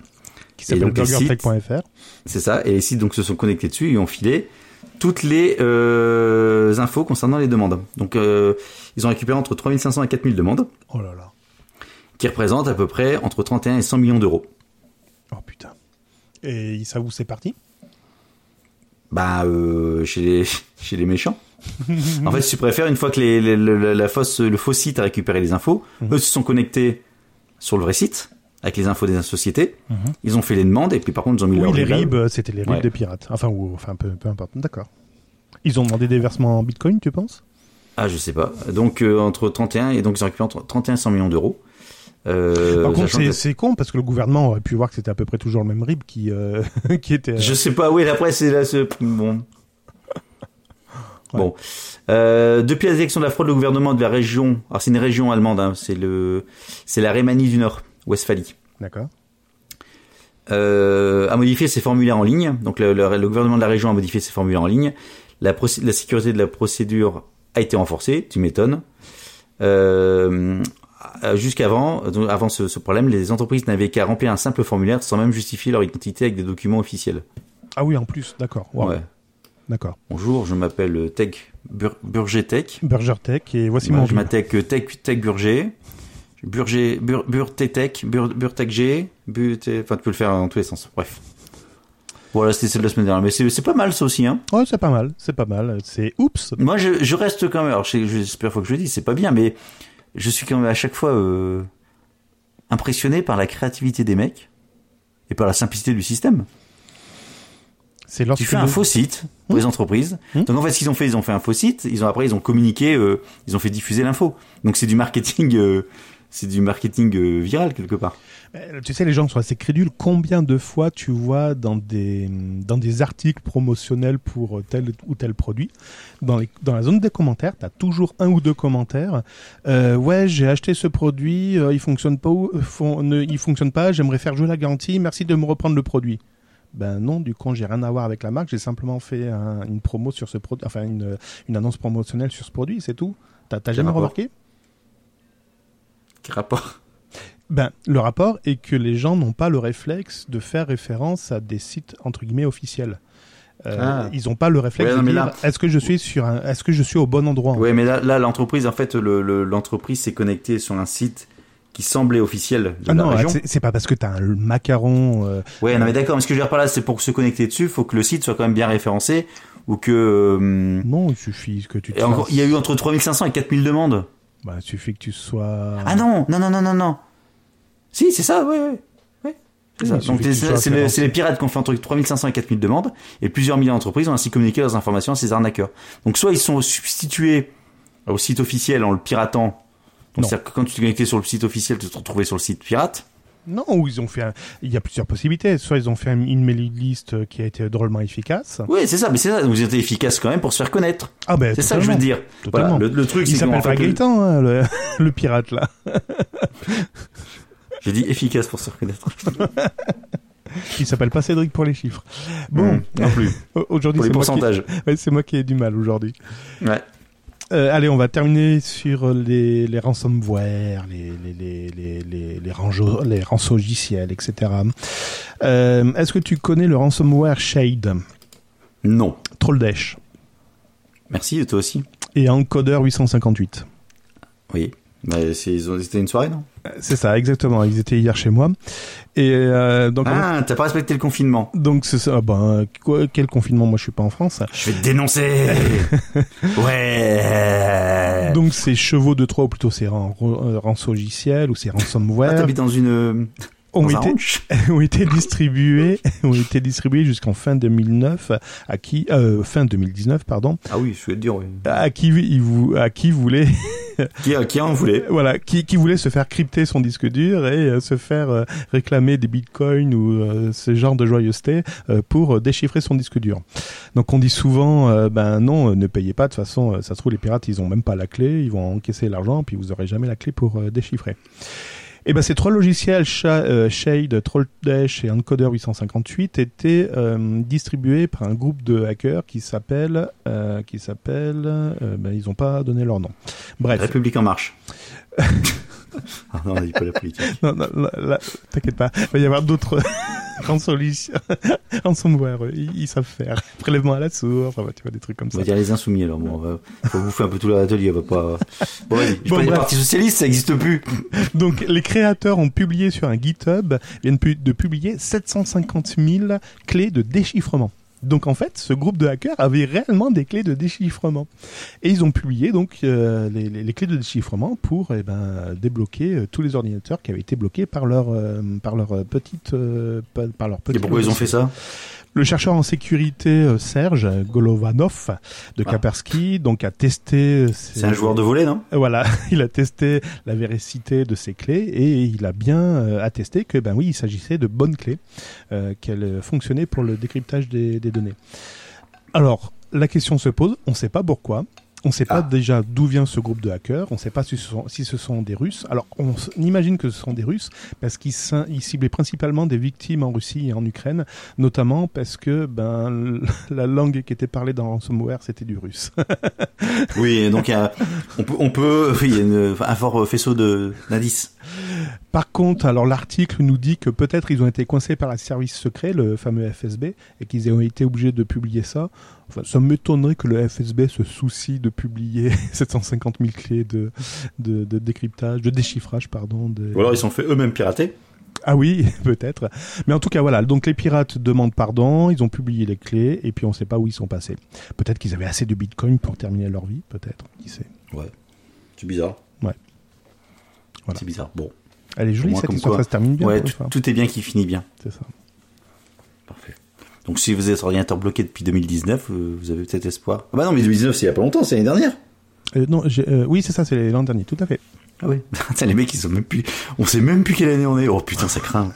Speaker 2: Qui
Speaker 3: Et
Speaker 2: s'appelle
Speaker 3: donc, les sites-
Speaker 2: burgertech.fr.
Speaker 3: c'est ça. Et les sites donc se sont connectés dessus et ont filé toutes les euh, infos concernant les demandes. Donc euh, ils ont récupéré entre 3500 et 4000 demandes,
Speaker 2: Oh là là.
Speaker 3: qui représentent à peu près entre 31 et 100 millions d'euros.
Speaker 2: Oh putain. Et ils savent où c'est parti
Speaker 3: Bah euh, chez les chez les méchants. en fait, si tu préfères, une fois que les, les- le- la, la fausse le faux site a récupéré les infos,
Speaker 2: Mhm.
Speaker 3: eux se sont connectés sur le vrai site avec les infos des sociétés. Ils ont fait les demandes et puis par contre ils ont mis
Speaker 2: Mhm. Oui,
Speaker 3: leur
Speaker 2: les
Speaker 3: leurs
Speaker 2: RIB, euh, c'était les RIB
Speaker 3: Ouais.
Speaker 2: des pirates. Enfin, ou, enfin peu, peu importe. D'accord. Ils ont demandé des versements en bitcoin, tu penses
Speaker 3: Ah, je sais pas. Donc euh, entre 31 et donc ils ont récupéré entre 31 et 100 millions d'euros. Euh,
Speaker 2: Par contre,
Speaker 3: sachant
Speaker 2: c'est,
Speaker 3: que-
Speaker 2: c'est con parce que le gouvernement aurait pu voir que c'était à peu près toujours le même RIB qui, euh, qui était. euh,
Speaker 3: je sais pas. Oui, après c'est là ce bon.
Speaker 2: Ouais.
Speaker 3: Bon. Euh, depuis la détection de la fraude, le gouvernement de la région, alors c'est une région allemande, hein, c'est le, c'est la Rhémanie du Nord, Westphalie,
Speaker 2: D'accord.
Speaker 3: euh, a modifié ses formulaires en ligne. Donc le, le- le gouvernement de la région a modifié ses formulaires en ligne. La, procé- la sécurité de la procédure a été renforcée, tu m'étonnes. Euh, Jusqu'avant, donc, avant ce, ce problème, les entreprises n'avaient qu'à remplir un simple formulaire sans même justifier leur identité avec des documents officiels.
Speaker 2: Ah oui, en plus, d'accord. Wow.
Speaker 3: Ouais.
Speaker 2: D'accord.
Speaker 3: Bonjour, je m'appelle Tech Bur Burger Tech.
Speaker 2: Burger Tech, et voici
Speaker 3: Moi,
Speaker 2: mon
Speaker 3: Bah, je
Speaker 2: bilan.
Speaker 3: m'attaque Tech Tech Burger. Burger Bur Burtech Tech Bur Burtech G. But, enfin, tu peux le faire dans tous les sens. Bref. Voilà, c'était celle de la semaine dernière. Mais c'est c'est pas mal ça aussi, hein.
Speaker 2: Ouais, c'est pas mal, c'est pas mal. C'est oups.
Speaker 3: Moi, je, je reste quand même. Alors, je- j'espère fois que je le dis, c'est pas bien, mais je suis quand même à chaque fois euh, impressionné par la créativité des mecs et par la simplicité du système.
Speaker 2: C'est lorsque
Speaker 3: Tu fais un
Speaker 2: le-
Speaker 3: faux site pour les entreprises.
Speaker 2: Mmh.
Speaker 3: Donc en fait, ce qu'ils ont fait, ils ont fait un faux site. Ils ont après, ils ont communiqué, euh, ils ont fait diffuser l'info. Donc c'est du marketing, euh, c'est du marketing euh, viral quelque part.
Speaker 2: Euh, Tu sais, les gens sont assez crédules. Combien de fois tu vois dans des, dans des articles promotionnels pour euh, tel ou tel produit, dans, les- dans la zone des commentaires, tu as toujours un ou deux commentaires. Euh, ouais, j'ai acheté ce produit, euh, il fonctionne pas, ou- euh, fon- ne- il fonctionne pas, j'aimerais faire jouer la garantie, merci de me reprendre le produit. Ben non, du coup, j'ai rien à voir avec la marque, j'ai simplement fait un- une promo sur ce produit, enfin une, une annonce promotionnelle sur ce produit, c'est tout. T'as t'as jamais
Speaker 3: rapport
Speaker 2: remarqué
Speaker 3: Quel rapport
Speaker 2: Ben, le rapport est que les gens n'ont pas le réflexe de faire référence à des sites entre guillemets officiels. Euh,
Speaker 3: Ah.
Speaker 2: Ils n'ont pas le réflexe
Speaker 3: Ouais, non,
Speaker 2: de
Speaker 3: mais
Speaker 2: dire
Speaker 3: là-
Speaker 2: est-ce que je suis sur un, est-ce que je suis au bon endroit.
Speaker 3: Ouais, mais là, là, l'entreprise, en fait, le- le- l'entreprise s'est connectée sur un site qui semblait officiel de
Speaker 2: Ah
Speaker 3: la
Speaker 2: non,
Speaker 3: région.
Speaker 2: c'est- c'est pas parce que t'as un macaron. euh,
Speaker 3: Ouais, non, mais d'accord. Mais ce que je veux dire par là, c'est pour se connecter dessus, faut que le site soit quand même bien référencé ou que. euh,
Speaker 2: Non, il suffit que tu. te
Speaker 3: et encore,
Speaker 2: fasses-
Speaker 3: il y a eu entre 3500 et 4000 demandes.
Speaker 2: Ben, il suffit que tu sois.
Speaker 3: Ah non, non, non, non, non, non. Si, c'est ça, ouais, ouais. ouais. C'est ça.
Speaker 2: Oui, il
Speaker 3: Donc,
Speaker 2: suffit que
Speaker 3: c'est
Speaker 2: tu sois
Speaker 3: c'est le-
Speaker 2: référencé.
Speaker 3: c'est les pirates qui ont fait entre 3500 et 4000 demandes, et plusieurs milliers d'entreprises ont ainsi communiqué leurs informations à ces arnaqueurs. Donc, soit ils sont substitués au site officiel en le piratant. Donc,
Speaker 2: Non.
Speaker 3: c'est-à-dire que quand tu te connectais sur le site officiel, tu te retrouvais sur le site pirate.
Speaker 2: Non, ou ils ont fait. un- Il y a plusieurs possibilités. Soit ils ont fait un- une mailing list qui a été drôlement efficace.
Speaker 3: Oui, c'est ça, mais c'est ça. Donc, ils étaient efficaces quand même pour se faire connaître.
Speaker 2: Ah ben.
Speaker 3: C'est ça que je veux
Speaker 2: totalement,
Speaker 3: dire.
Speaker 2: totalement.
Speaker 3: Voilà, le, le truc,
Speaker 2: Il
Speaker 3: c'est qu'en
Speaker 2: s'appelle pas
Speaker 3: fait, le-
Speaker 2: Gaëtan, hein, le, le pirate là.
Speaker 3: j'ai dit efficace pour se reconnaître.
Speaker 2: Il s'appelle pas Cédric pour les chiffres. Bon,
Speaker 3: Mm, non plus.
Speaker 2: aujourd'hui
Speaker 3: Pour les
Speaker 2: c'est moi qui-
Speaker 3: pourcentages.
Speaker 2: Ouais, c'est moi qui ai du mal aujourd'hui.
Speaker 3: Ouais.
Speaker 2: Euh, allez, on va terminer sur les, les ransomware, les, les, les, les, les, les, rangeaux- les rançongiciels, etc. Euh, Est-ce que tu connais le ransomware Shade,
Speaker 3: Non.
Speaker 2: Trolldash
Speaker 3: Merci, toi aussi.
Speaker 2: et Encoder 858
Speaker 3: Oui. Bah, c'est- ils ont- C'était une soirée, non
Speaker 2: Euh, C'est ça, exactement. Ils étaient hier chez moi. Et euh, donc,
Speaker 3: Ah, t'as pas respecté le confinement.
Speaker 2: donc c'est ça. Ah Ben, quoi- quel confinement Moi, je suis pas en France.
Speaker 3: Je vais te dénoncer. ouais.
Speaker 2: Donc, c'est chevaux de Troie, ou plutôt c'est ran- euh, rançongiciel ou c'est
Speaker 3: Ah,
Speaker 2: ransomware.
Speaker 3: t'habites dans une.
Speaker 2: ont
Speaker 3: dans un
Speaker 2: été-
Speaker 3: ranch
Speaker 2: ont été distribués, ont été distribués jusqu'en fin 2009 à qui euh, fin 2019 pardon
Speaker 3: Ah oui, je vais te dire. oui.
Speaker 2: à qui il vou- à qui voulait
Speaker 3: Qui, euh, qui en voulait
Speaker 2: voilà qui, qui voulait se faire crypter son disque dur et euh, se faire euh, réclamer des bitcoins ou euh, ce genre de joyeuseté euh, pour euh, déchiffrer son disque dur. Donc on dit souvent euh, ben non euh, ne payez pas de toute façon euh, ça se trouve les pirates ils ont même pas la clé ils vont encaisser l'argent puis vous aurez jamais la clé pour euh, déchiffrer. Et ben ces trois logiciels Sha- euh, Shade, Trolldash et Encoder 858 étaient euh, distribués par un groupe de hackers qui s'appelle euh, qui s'appelle euh, ben, ils ont pas donné leur nom. Bref.
Speaker 3: République en marche. ah non, on a dit pas la politique.
Speaker 2: Non, non, là, là, t'inquiète pas, il va y avoir d'autres ransolis, ransomware, eux, ils, ils savent faire. Prélèvement à la source, enfin, tu vois, des trucs comme
Speaker 3: On
Speaker 2: ça.
Speaker 3: va dire les insoumis alors. Bon, on va, faut bouffer un peu tout l'atelier, on va pas. euh. Bon, vas-y. Je
Speaker 2: Bon,
Speaker 3: parle du
Speaker 2: bref.
Speaker 3: Parti socialiste, ça existe plus.
Speaker 2: Donc, les créateurs ont publié sur un GitHub, viennent pu- de publier 750 000 clés de déchiffrement. Donc, en fait, ce groupe de hackers avait réellement des clés de déchiffrement. Et ils ont publié, donc, euh, les, les- les clés de déchiffrement pour, eh ben, débloquer euh, tous les ordinateurs qui avaient été bloqués par leur, euh, par leur euh, petite, euh, pa- par leur
Speaker 3: Et
Speaker 2: petite.
Speaker 3: pourquoi ils ont fait ça
Speaker 2: Le chercheur en sécurité euh, Serge Golovanov de
Speaker 3: Ah.
Speaker 2: Kapersky donc a testé. euh, ses-
Speaker 3: C'est un joueur de volet, non
Speaker 2: Euh, Voilà, il a testé la véracité de ces clés et il a bien euh, attesté que ben oui, il s'agissait de bonnes clés euh, qu'elles euh, fonctionnaient pour le décryptage des, des données. Alors la question se pose, on ne sait pas pourquoi. On ne sait pas déjà d'où vient ce groupe de hackers, on ne sait pas si ce, sont, si ce sont des Russes. Alors on s- on imagine que ce sont des Russes parce qu'ils cin- ils ciblaient principalement des victimes en Russie et en Ukraine, notamment parce que ben, l- la langue qui était parlée dans Ransomware, c'était du russe.
Speaker 3: Oui, donc il y a- on peut, on peut il y a une- un fort faisceau de d'indices.
Speaker 2: Par contre, alors l'article nous dit que peut-être ils ont été coincés par un service secret, le fameux FSB, et qu'ils ont été obligés de publier ça. Enfin, ça m'étonnerait que le FSB se soucie de publier 750 000 clés de, de, de décryptage, de déchiffrage, pardon. de-
Speaker 3: Ou alors ils sont fait eux-mêmes pirater.
Speaker 2: Ah oui, peut-être. Mais en tout cas, voilà. Donc les pirates demandent pardon, ils ont publié les clés, et puis on ne sait pas où ils sont passés. Peut-être qu'ils avaient assez de bitcoin pour terminer leur vie, peut-être. Qui sait.
Speaker 3: Ouais, c'est bizarre.
Speaker 2: Ouais. Voilà.
Speaker 3: C'est bizarre. Bon,
Speaker 2: Elle est
Speaker 3: Au
Speaker 2: jolie
Speaker 3: moins,
Speaker 2: cette
Speaker 3: comme
Speaker 2: histoire,
Speaker 3: quoi.
Speaker 2: ça se termine bien.
Speaker 3: ouais,
Speaker 2: oui,
Speaker 3: tout-
Speaker 2: enfin,
Speaker 3: tout est bien qui finit bien.
Speaker 2: C'est ça.
Speaker 3: Parfait. Donc si vous êtes ordinateur bloqué depuis 2019, euh, vous avez peut-être espoir. Ah bah non, mais 2019, c'est il y a pas longtemps, c'est l'année dernière.
Speaker 2: Euh, non, j'ai- euh, oui, c'est ça, c'est l'an dernier, tout à fait.
Speaker 3: Ah oui. Putain, les mecs, ils sont même plus. On sait même plus quelle année on est. Oh putain, ça craint.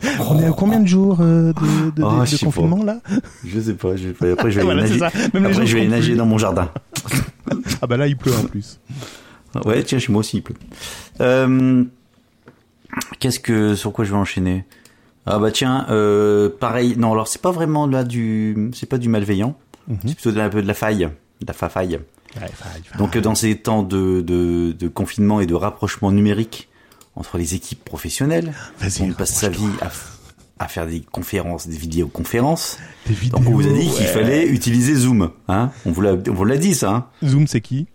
Speaker 2: On est à combien de jours euh, de, de- de-
Speaker 3: Ah,
Speaker 2: de
Speaker 3: je sais
Speaker 2: confinement là
Speaker 3: Je sais pas. Je... vais- Après, je vais
Speaker 2: Ah Voilà,
Speaker 3: aller
Speaker 2: c'est
Speaker 3: nager.
Speaker 2: ça. Même les gens
Speaker 3: Après, je vais aller
Speaker 2: sont
Speaker 3: nager
Speaker 2: plus.
Speaker 3: dans mon jardin.
Speaker 2: Ah bah là il pleut en plus.
Speaker 3: Ah, Ouais, tiens, chez moi aussi il pleut. Euh, Qu'est-ce que sur quoi je vais enchaîner Ah bah tiens, euh, pareil. Non, alors c'est pas vraiment là du, c'est pas du malveillant.
Speaker 2: Mhm.
Speaker 3: C'est plutôt de la- un peu de la faille, de la fafaille.
Speaker 2: Ah.
Speaker 3: Donc euh, dans ces temps de, de, de confinement et de rapprochement numérique entre les équipes professionnelles,
Speaker 2: Vas-y,
Speaker 3: on passe sa vie à, f- à faire des conférences, des vidéoconférences.
Speaker 2: des vidéos.
Speaker 3: Donc on vous a dit qu'il
Speaker 2: ouais.
Speaker 3: fallait utiliser Zoom. Hein on vous l'a on vous l'a dit ça. Hein
Speaker 2: Zoom c'est qui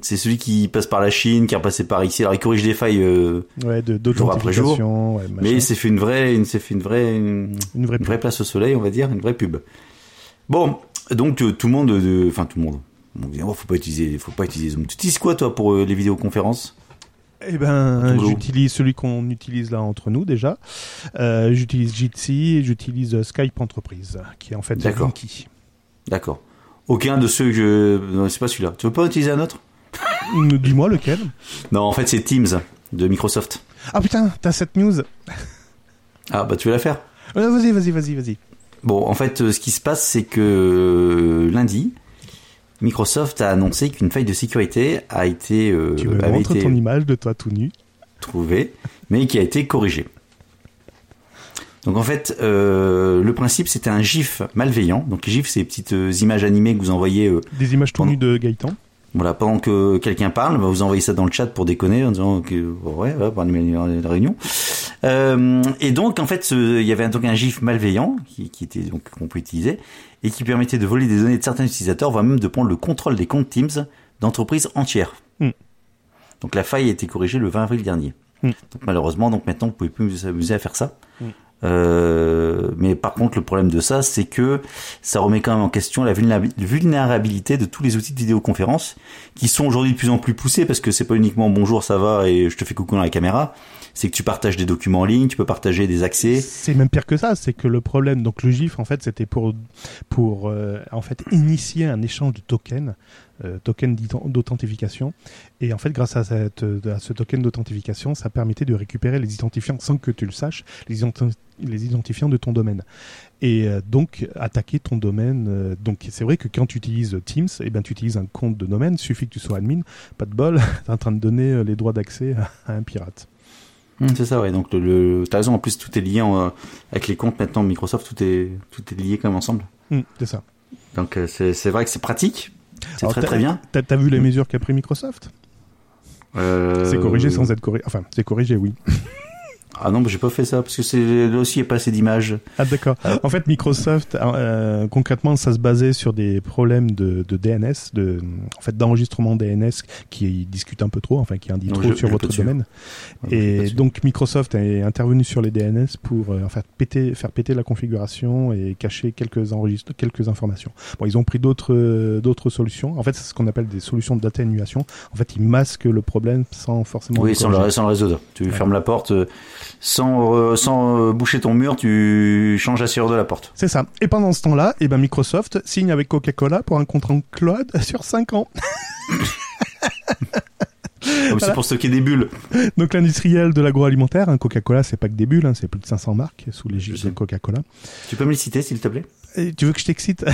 Speaker 3: c'est celui qui passe par la Chine, qui est repassé par ici. Alors il corrige des failles, euh,
Speaker 2: Ouais, de
Speaker 3: Jour après jour.
Speaker 2: d'authentification, ouais,
Speaker 3: mais
Speaker 2: machin.
Speaker 3: il s'est fait une vraie, une, s'est fait une vraie, une,
Speaker 2: une vraie
Speaker 3: une vraie place au soleil, on va dire, une vraie pub. Bon, donc euh, tout le monde, euh, enfin tout le monde. On dit, oh, faut pas utiliser, faut pas utiliser Zoom. Tu utilises quoi toi pour euh, les vidéoconférences
Speaker 2: Eh ben,
Speaker 3: Toujours.
Speaker 2: j'utilise celui qu'on utilise là entre nous déjà. Euh, j'utilise Jitsi et j'utilise euh, Skype Entreprise, qui est en fait
Speaker 3: D'accord.
Speaker 2: Linky.
Speaker 3: D'accord. Aucun de ceux que je, non, c'est pas celui-là. Tu veux pas utiliser un autre
Speaker 2: Mm, Dis-moi lequel.
Speaker 3: Non, en fait c'est Teams de Microsoft.
Speaker 2: Ah putain, t'as cette news.
Speaker 3: Ah bah tu veux la faire
Speaker 2: Euh, vas-y, vas-y, vas-y, vas-y.
Speaker 3: Bon, en fait, euh, ce qui se passe, c'est que euh, lundi, Microsoft a annoncé qu'une faille de sécurité a été, euh,
Speaker 2: tu me
Speaker 3: avait
Speaker 2: montres
Speaker 3: été
Speaker 2: ton image de toi tout nu.
Speaker 3: trouvée, mais qui a été corrigée. Donc en fait, euh, le principe, c'était un GIF malveillant. Donc les GIFs, c'est les petites euh, images animées que vous envoyez euh,
Speaker 2: Des images tout
Speaker 3: Pendant-
Speaker 2: nues de Gaëtan.
Speaker 3: voilà, pendant que quelqu'un parle, bah, vous envoyez ça dans le chat pour déconner en disant que ouais, ouais par la réunion. Euh, et donc en fait, ce- il y avait un- donc un GIF malveillant qui, qui était donc qu'on peut utiliser et qui permettait de voler des données de certains utilisateurs, voire même de prendre le contrôle des comptes Teams d'entreprises entières.
Speaker 2: Hmm.
Speaker 3: Donc la faille a été corrigée le 20 avril dernier.
Speaker 2: Hmm.
Speaker 3: Donc malheureusement, donc maintenant vous pouvez plus vous amuser à faire ça.
Speaker 2: Hmm.
Speaker 3: Euh, mais par contre, le problème de ça, c'est que ça remet quand même en question la vulnéra- vulnérabilité de tous les outils de vidéoconférence qui sont aujourd'hui de plus en plus poussés parce que c'est pas uniquement bonjour, ça va et je te fais coucou dans la caméra. C'est que tu partages des documents en ligne, tu peux partager des accès.
Speaker 2: C'est même pire que ça, c'est que le problème, donc le GIF, en fait, c'était pour, pour euh, en fait, initier un échange de tokens, euh, tokens d'ident- d'authentification. Et en fait, grâce à, cette, euh, à ce token d'authentification, ça permettait de récupérer les identifiants sans que tu le saches, les, identi- les identifiants de ton domaine. Et euh, donc, attaquer ton domaine. euh, donc, c'est vrai que quand tu utilises Teams, eh ben, tu utilises un compte de domaine, suffit que tu sois admin, pas de bol, tu en train de donner euh, les droits d'accès à, à un pirate.
Speaker 3: Hmm, C'est ça, ouais. Donc, le, le, t'as raison. En plus, tout est lié en, euh, avec les comptes maintenant Microsoft. Tout est, tout est lié quand même ensemble.
Speaker 2: Hmm, c'est ça.
Speaker 3: Donc, euh, c'est, c'est vrai que c'est pratique. C'est
Speaker 2: Alors,
Speaker 3: très
Speaker 2: t'as-
Speaker 3: très bien.
Speaker 2: T'as t'as vu les mesures qu'a pris Microsoft
Speaker 3: Euh,
Speaker 2: C'est corrigé sans être corrigé. Enfin, c'est corrigé, oui.
Speaker 3: Ah non, mais j'ai pas fait ça parce que c'est là aussi il n'y a pas assez d'images.
Speaker 2: Ah d'accord. En fait, Microsoft, euh, concrètement, ça se basait sur des problèmes de, de DNS, de, en fait, d'enregistrement DNS qui discute un peu trop, enfin, qui indique
Speaker 3: Non,
Speaker 2: trop
Speaker 3: je-
Speaker 2: sur
Speaker 3: je
Speaker 2: votre
Speaker 3: peux dessus.
Speaker 2: domaine.
Speaker 3: Ouais,
Speaker 2: Et
Speaker 3: là-dessus.
Speaker 2: donc Microsoft est intervenu sur les DNS pour euh, en fait, péter, faire péter la configuration et cacher quelques, enregistre- quelques informations. Bon, ils ont pris d'autres euh, d'autres solutions. En fait, c'est ce qu'on appelle des solutions d'atténuation. En fait, ils masquent le problème sans forcément.
Speaker 3: Oui,
Speaker 2: le
Speaker 3: sans le,
Speaker 2: corriger.
Speaker 3: sans le résoudre. Tu
Speaker 2: Ouais.
Speaker 3: fermes la porte, euh, sans, euh, sans euh, boucher ton mur, tu changes la serrure de la porte.
Speaker 2: C'est ça. Et pendant ce temps-là, eh ben Microsoft signe avec Coca-Cola pour un contrat en cloud sur 5 ans.
Speaker 3: Comme Ah, C'est pour stocker des bulles.
Speaker 2: Donc l'industriel de l'agroalimentaire, hein, Coca-Cola, c'est pas que des bulles, hein, c'est plus de 500 marques sous
Speaker 3: Je
Speaker 2: l'égide
Speaker 3: sais.
Speaker 2: de Coca-Cola.
Speaker 3: Tu peux me les citer, s'il te plaît
Speaker 2: Et tu veux que je t'excite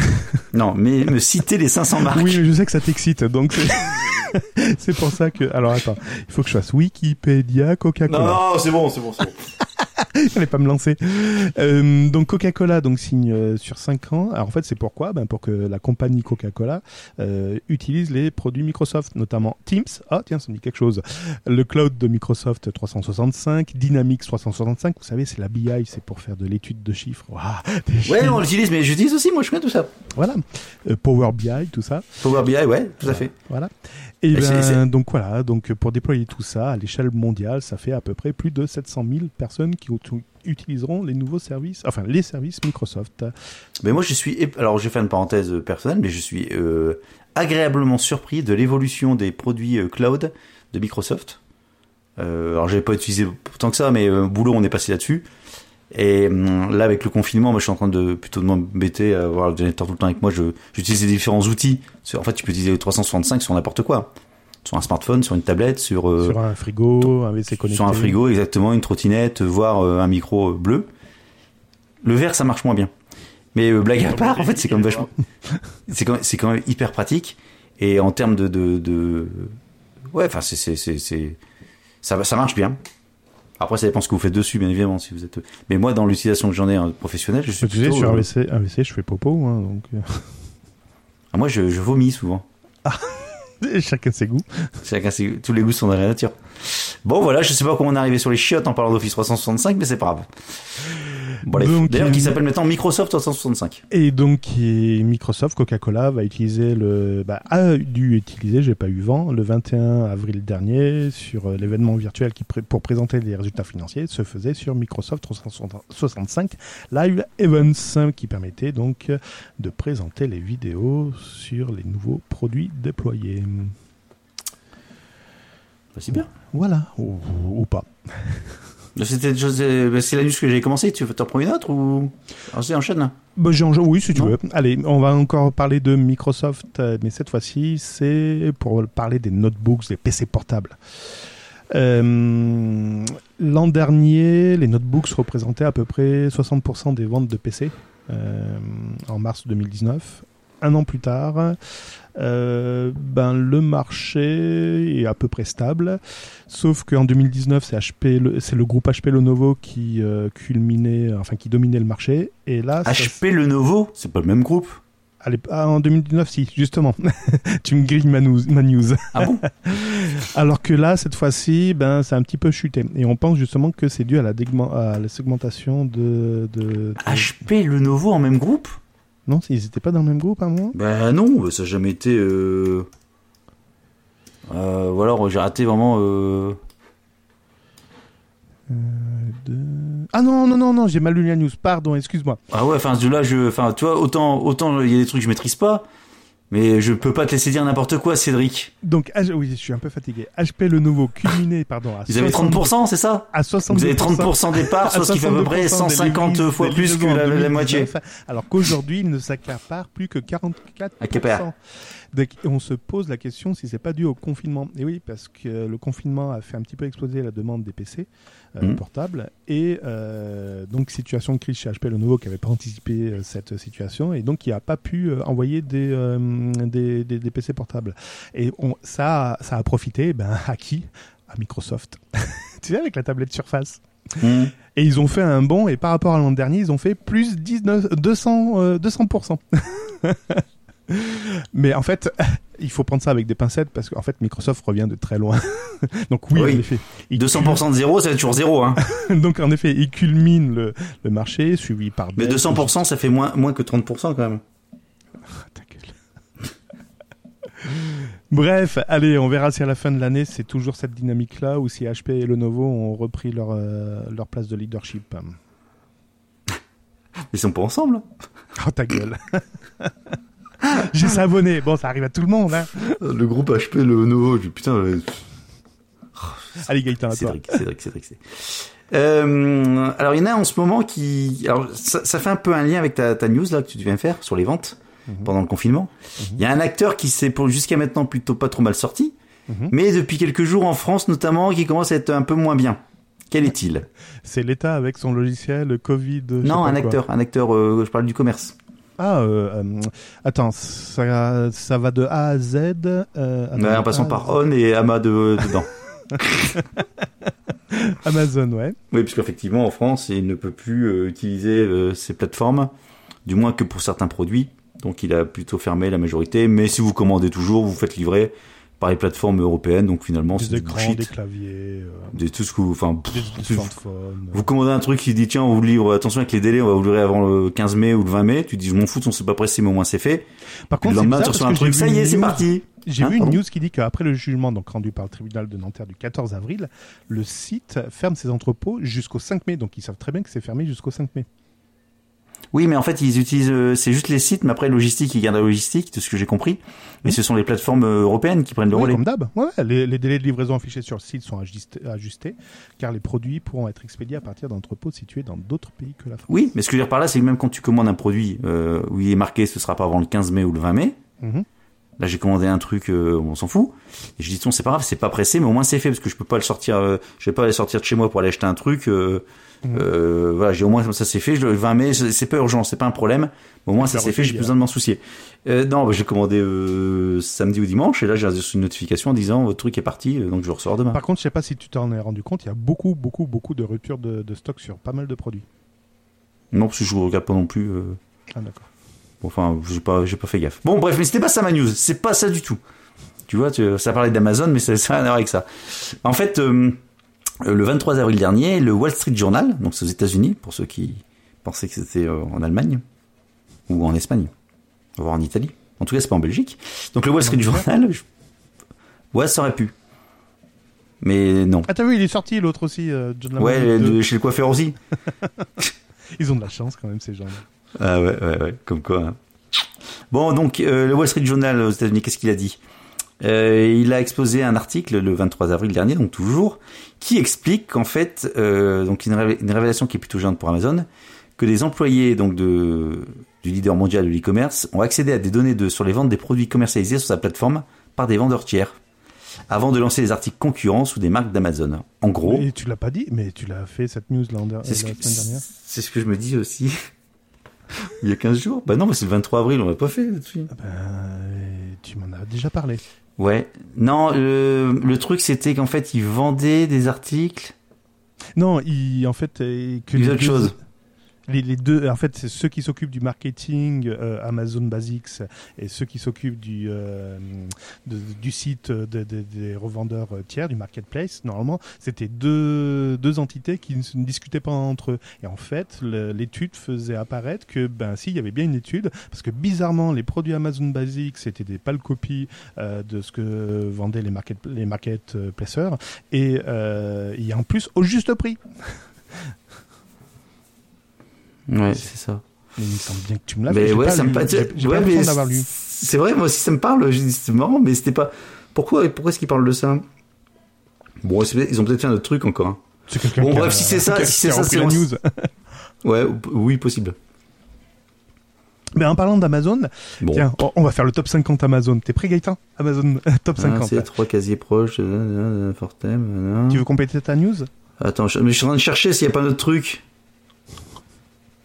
Speaker 3: Non, mais me citer les 500 marques.
Speaker 2: Oui, mais je sais que ça t'excite, donc c'est- c'est pour ça que... Alors attends, il faut que je fasse Wikipédia, Coca-Cola.
Speaker 3: non, c'est bon, c'est bon, c'est bon.
Speaker 2: J'allais pas me lancer. Euh, donc Coca-Cola donc signe euh, sur 5 ans. Alors en fait, c'est pourquoi ben pour que la compagnie Coca-Cola euh, utilise les produits Microsoft, notamment Teams. Ah tiens, ça me dit quelque chose. Le cloud de Microsoft 365, Dynamics 365. Vous savez, c'est la BI, c'est pour faire de l'étude de chiffres. Ouah, des
Speaker 3: Ouais,
Speaker 2: chiffres.
Speaker 3: on l'utilise, mais j'utilise aussi, moi, je connais tout ça.
Speaker 2: Voilà. Euh, Power BI, tout ça.
Speaker 3: Power BI, ouais, tout à fait.
Speaker 2: Voilà. Et,
Speaker 3: Et c'est-
Speaker 2: ben,
Speaker 3: c'est-
Speaker 2: donc voilà, donc pour déployer tout ça à l'échelle mondiale, ça fait à peu près plus de 700 000 personnes qui auto- utiliseront les nouveaux services, enfin les services Microsoft.
Speaker 3: Euh, Mais moi, je suis. ép- Alors, je vais faire une parenthèse personnelle, mais je suis euh, agréablement surpris de l'évolution des produits euh, cloud de Microsoft. Euh, alors, j'avais pas utilisé tant que ça, mais euh, boulot, on est passé là-dessus. Et hum, là, avec le confinement, moi, je suis en train de plutôt de m'embêter à avoir le générateur tout le temps avec moi. Je j'utilise les différents outils. Sur- En fait, tu peux utiliser le 365 sur n'importe quoi, sur un smartphone, sur une tablette, sur euh,
Speaker 2: sur un frigo, un WC connecté.
Speaker 3: sur un frigo, exactement, une trottinette, voire euh, un micro euh, bleu. Le vert, ça marche moins bien. Mais euh, blague à part, en fait, c'est quand même vachement, c'est quand, c'est quand même hyper pratique. Et en termes de, de, de- ouais, enfin, c'est, c'est, c'est, c'est- ça, va- ça marche bien. Après, ça dépend ce que vous faites dessus, bien évidemment, si vous êtes. Mais moi, dans l'utilisation que j'en ai euh, professionnelle, je suis
Speaker 2: Tu sais,
Speaker 3: plutôt.
Speaker 2: sur un
Speaker 3: euh,
Speaker 2: WC, un WC, je fais popo, hein, donc euh,
Speaker 3: ah, moi, je, je vomis souvent.
Speaker 2: chacun ses goûts.
Speaker 3: Chacun, ses- tous les goûts sont dans la nature. Bon, voilà, je sais pas comment on est arrivé sur les chiottes en parlant d'Office 365, mais c'est pas grave. Bon, allez.
Speaker 2: Donc,
Speaker 3: D'ailleurs,
Speaker 2: il-
Speaker 3: qui s'appelle maintenant Microsoft 365.
Speaker 2: Et donc et Microsoft, Coca-Cola va utiliser le, bah, a dû utiliser, j'ai pas eu vent, le 21 avril dernier sur euh, l'événement virtuel qui pré- pour présenter les résultats financiers se faisait sur Microsoft 365 Live Events qui permettait donc euh, de présenter les vidéos sur les nouveaux produits déployés.
Speaker 3: Bah, C'est bien.
Speaker 2: Voilà, ou, ou pas.
Speaker 3: C'était je- C'est c'est la news que j'ai commencé. Tu veux t'en prendre une autre ou Alors, c'est enchaîne là.
Speaker 2: Bah, j'ai enjo- oui, si tu
Speaker 3: Non.
Speaker 2: veux. Allez, on va encore parler de Microsoft, euh, mais cette fois-ci, c'est pour parler des notebooks, des PC portables. Euh, L'an dernier, les notebooks représentaient à peu près 60% des ventes de PC euh, en mars 2019. Un an plus tard, euh, ben, le marché est à peu près stable, sauf qu'en 2019, c'est HP, le- c'est le groupe HP Lenovo qui euh, culminait, enfin qui dominait le marché. Et là, ça-
Speaker 3: HP Lenovo, c'est pas le même groupe.
Speaker 2: à l'ép- ah, en 2019, si, justement. tu me grilles ma news. ma news.
Speaker 3: Ah bon
Speaker 2: Alors que là, cette fois-ci, ben, c'est un petit peu chuté. Et on pense justement que c'est dû à la, dégmen- à la segmentation de. de, de-
Speaker 3: Ah, HP Lenovo en même groupe
Speaker 2: Non, ils n'étaient pas dans le même groupe hein, à un moment
Speaker 3: Bah non, bah, ça a jamais été. Euh... euh, ou alors j'ai raté vraiment. Euh...
Speaker 2: Euh, De- Ah non, non, non, non, j'ai mal lu la news. Pardon, excuse-moi.
Speaker 3: Ah ouais, enfin là, je, enfin tu vois, autant, autant il y a des trucs que je maîtrise pas, mais je peux pas te laisser dire n'importe quoi, Cédric.
Speaker 2: Donc, H- oui, je suis un peu fatigué. HP le nouveau culminé, pardon, à
Speaker 3: Vous avez
Speaker 2: 60
Speaker 3: 30%, c'est ça
Speaker 2: à 60
Speaker 3: Vous avez 30% des
Speaker 2: Ah,
Speaker 3: parts, soit ce qui fait à peu près 150 fois plus que la, la moitié.
Speaker 2: Alors qu'aujourd'hui, il ne s'accapare plus que 44%.
Speaker 3: Accapare.
Speaker 2: Donc, on se pose la question si c'est pas dû au confinement. Et oui, parce que le confinement a fait un petit peu exploser la demande des PC euh,
Speaker 3: Mhm.
Speaker 2: portables. Et euh, donc, situation de crise chez HP Lenovo qui n'avait pas anticipé euh, cette situation et donc qui n'a pas pu euh, envoyer des, euh, des, des- des PC portables. Et on, ça, ça a profité ben, à qui À Microsoft. tu sais, avec la tablette Surface.
Speaker 3: Hmm.
Speaker 2: Et ils ont fait un bond, et par rapport à l'an dernier, ils ont fait plus 19, 200, euh, 200%. Mais en fait, il faut prendre ça avec des pincettes parce qu'en fait, Microsoft revient de très loin. Donc oui,
Speaker 3: Oui.
Speaker 2: en effet. il
Speaker 3: 200% de zéro, ça fait toujours zéro. Hein.
Speaker 2: cul- Donc en effet, il culmine le, le marché, suivi par...
Speaker 3: Mais
Speaker 2: Dell,
Speaker 3: 200%, ça fait moins, moins que 30% quand même.
Speaker 2: Ah, Ta gueule. Bref, allez, on verra si à la fin de l'année, c'est toujours cette dynamique-là ou si HP et Lenovo ont repris leur, euh, leur place de leadership.
Speaker 3: Ils sont pas ensemble.
Speaker 2: Oh ta gueule. J'ai savonné. Bon, ça arrive à tout le monde. Hein.
Speaker 3: Le groupe HP, le nouveau, putain.
Speaker 2: Allez Gaëtan, à Ah, toi.
Speaker 3: Cédric, Cédric, Cédric. Cédric. Euh, alors, il y en a en ce moment qui. Alors, ça, ça fait un peu un lien avec ta, ta news là que tu viens de faire
Speaker 2: Mhm.
Speaker 3: sur les ventes pendant le confinement. Il y a un acteur qui s'est pour- jusqu'à maintenant plutôt pas trop mal sorti,
Speaker 2: Mhm.
Speaker 3: mais depuis quelques jours en France notamment, qui commence à être un peu moins bien. Quel est-il
Speaker 2: C'est l'État avec son logiciel Covid. je sais
Speaker 3: Non,
Speaker 2: pas
Speaker 3: un
Speaker 2: quoi.
Speaker 3: acteur, un acteur, euh, je parle du commerce.
Speaker 2: Ah, euh, euh, attends, ça, ça va de A à Z. euh, attends,
Speaker 3: Ouais, en passant
Speaker 2: A-
Speaker 3: par On et Ama de, dedans.
Speaker 2: Amazon, ouais.
Speaker 3: Oui, puisqu'effectivement, en France, il ne peut plus euh, utiliser euh, ces plateformes, du moins que pour certains produits. Donc, il a plutôt fermé la majorité. Mais si vous commandez toujours, vous vous faites livrer par les plateformes européennes. Donc, finalement, c'est
Speaker 2: Des
Speaker 3: du
Speaker 2: écrans, des
Speaker 3: bullshit.
Speaker 2: claviers, euh,
Speaker 3: Des, tout ce que vous, enfin, pff,
Speaker 2: des
Speaker 3: tout-
Speaker 2: des smartphones.
Speaker 3: vous commandez un truc qui dit, tiens, on vous le livre, attention avec les délais, on va vous le livrer avant le 15 mai ou le 20 mai. Tu dis, je m'en fous, on s'est pas pressé, mais au moins c'est fait.
Speaker 2: Par
Speaker 3: Puis le
Speaker 2: contre, c'est
Speaker 3: lendemain, tu
Speaker 2: bizarre
Speaker 3: reçois un
Speaker 2: parce que
Speaker 3: truc,
Speaker 2: j'ai
Speaker 3: ça
Speaker 2: vu
Speaker 3: y est,
Speaker 2: une
Speaker 3: c'est
Speaker 2: news-
Speaker 3: parti.
Speaker 2: J'ai
Speaker 3: Hein,
Speaker 2: vu une
Speaker 3: pardon
Speaker 2: news qui dit qu'après le jugement donc rendu par le tribunal de Nanterre du 14 avril, le site ferme ses entrepôts jusqu'au 5 mai. Donc ils savent très bien que c'est fermé jusqu'au 5 mai.
Speaker 3: Oui, mais en fait, ils utilisent, euh, c'est juste les sites, mais après, logistique, ils gardent la logistique, de ce que j'ai compris. Et ce sont les plateformes euh, européennes qui prennent le
Speaker 2: Oui,
Speaker 3: relais.
Speaker 2: comme d'hab. Ouais, ouais, les, les délais de livraison affichés sur le site sont ajustés, ajustés, car les produits pourront être expédiés à partir d'entrepôts situés dans d'autres pays que la France.
Speaker 3: Oui, mais ce que je veux dire par là, c'est que même quand tu commandes un produit euh, où il est marqué ce sera pas avant le 15 mai ou le 20 mai,
Speaker 2: Mhm.
Speaker 3: là j'ai commandé un truc, euh, on s'en fout. Et je dis, tiens, c'est pas grave, c'est pas pressé, mais au moins c'est fait parce que je peux pas le sortir, euh, je vais pas aller sortir de chez moi pour aller acheter un truc. euh, euh, voilà, j'ai au moins comme ça c'est fait. Je, le 20 mai, c'est c'est pas urgent, c'est pas un problème. mais au moins ça
Speaker 2: l'as
Speaker 3: c'est fait,
Speaker 2: reçu
Speaker 3: j'ai plus
Speaker 2: hier.
Speaker 3: besoin de m'en soucier. Euh, non, bah, j'ai commandé euh, samedi ou dimanche et là j'ai reçu une notification en disant votre truc est parti, euh, donc je le ressors demain.
Speaker 2: Par contre, je sais pas si tu t'en es rendu compte, il y a beaucoup, beaucoup, beaucoup de ruptures de, de stock sur pas mal de produits.
Speaker 3: Non, parce que je vous regarde pas non plus. euh,
Speaker 2: Ah d'accord.
Speaker 3: Bon, Enfin, j'ai pas, j'ai pas fait gaffe. Bon, bref, mais c'était pas ça ma news. C'est pas ça du tout. Tu vois, tu- ça parlait d'Amazon, mais ça ça n'a rien à voir avec ça. En fait, euh, euh, le 23 avril dernier, le Wall Street Journal, donc c'est aux États-Unis, pour ceux qui pensaient que c'était euh, en Allemagne ou en Espagne, voire en Italie. En tout cas, c'est pas en Belgique. Donc le Wall Street Journal, je- ouais, ça aurait pu, mais non.
Speaker 2: Ah t'as vu, il est sorti l'autre aussi, euh, John Lamont,
Speaker 3: Ouais,
Speaker 2: les deux.
Speaker 3: de- chez le coiffeur aussi.
Speaker 2: Ils ont de la chance quand même ces gens.
Speaker 3: Ah ouais, ouais, ouais, comme quoi. hein. Bon, donc, euh, le Wall Street Journal aux États-Unis, qu'est-ce qu'il a dit Euh, Il a exposé un article le 23 avril dernier, donc toujours, qui explique qu'en fait, euh, donc une, révé- une révélation qui est plutôt gênante pour Amazon, que les employés donc de du leader mondial de l'e-commerce ont accédé à des données de sur les ventes des produits commercialisés sur sa plateforme par des vendeurs tiers, avant de lancer des articles concurrents sous des marques d'Amazon. En gros,
Speaker 2: Et tu l'as pas dit, mais tu l'as fait cette news l'an der-
Speaker 3: c'est ce,
Speaker 2: Ah, la
Speaker 3: que,
Speaker 2: semaine dernière.
Speaker 3: c'est ce que je me dis aussi. Il y a 15 jours Bah non, mais c'est le 23 avril, on l'a pas fait là-dessus.
Speaker 2: Ah bah. Ben, tu m'en as déjà parlé.
Speaker 3: Ouais. Non, euh, le truc c'était qu'en fait, ils vendaient des articles.
Speaker 2: Non, il, en fait, euh, que
Speaker 3: Ils
Speaker 2: les
Speaker 3: autres
Speaker 2: deux-
Speaker 3: choses.
Speaker 2: Les, les deux, en fait, c'est ceux qui s'occupent du marketing euh, Amazon Basics et ceux qui s'occupent du euh, de- du site euh, de- de- des revendeurs euh, tiers, du marketplace. Normalement, c'était deux deux entités qui ne se- ne discutaient pas entre eux. Et en fait, le- l'étude faisait apparaître que ben si, il y avait bien une étude parce que bizarrement, les produits Amazon Basics c'était des pâles copies euh, de ce que vendaient les market les marketplaceurs et euh, il y a en plus au juste prix.
Speaker 3: Ouais, c'est ça.
Speaker 2: Mais il me semble bien que tu me l'as
Speaker 3: mais
Speaker 2: fait.
Speaker 3: ouais,
Speaker 2: j'ai
Speaker 3: ça
Speaker 2: pas
Speaker 3: me
Speaker 2: lu.
Speaker 3: parle.
Speaker 2: J'ai- J'ai
Speaker 3: ouais,
Speaker 2: pas
Speaker 3: mais
Speaker 2: l'impression d'avoir lu.
Speaker 3: C'est vrai, moi aussi ça me parle. J'ai dit, C'est marrant, mais c'était pas. Pourquoi, pourquoi est-ce qu'ils parlent de ça Bon, c'est peut-être- ils ont peut-être fait un autre truc encore. hein.
Speaker 2: C'est quelqu'un
Speaker 3: Bon,
Speaker 2: qui a-
Speaker 3: bref, si c'est ça,
Speaker 2: qui a-
Speaker 3: si
Speaker 2: qui
Speaker 3: c'est
Speaker 2: a
Speaker 3: ça,
Speaker 2: repris
Speaker 3: c'est
Speaker 2: la
Speaker 3: on-
Speaker 2: news.
Speaker 3: Ouais, ou- oui, possible.
Speaker 2: Mais en parlant d'Amazon,
Speaker 3: Bon,
Speaker 2: tiens, on- on va faire le top 50 Amazon. T'es prêt, Gaëtan Amazon top 50.
Speaker 3: Ah, c'est trois casiers proches. euh, euh, Fortem. euh,
Speaker 2: tu veux compléter ta news
Speaker 3: Attends, je, mais je suis en train de chercher s'il n'y a pas un autre truc.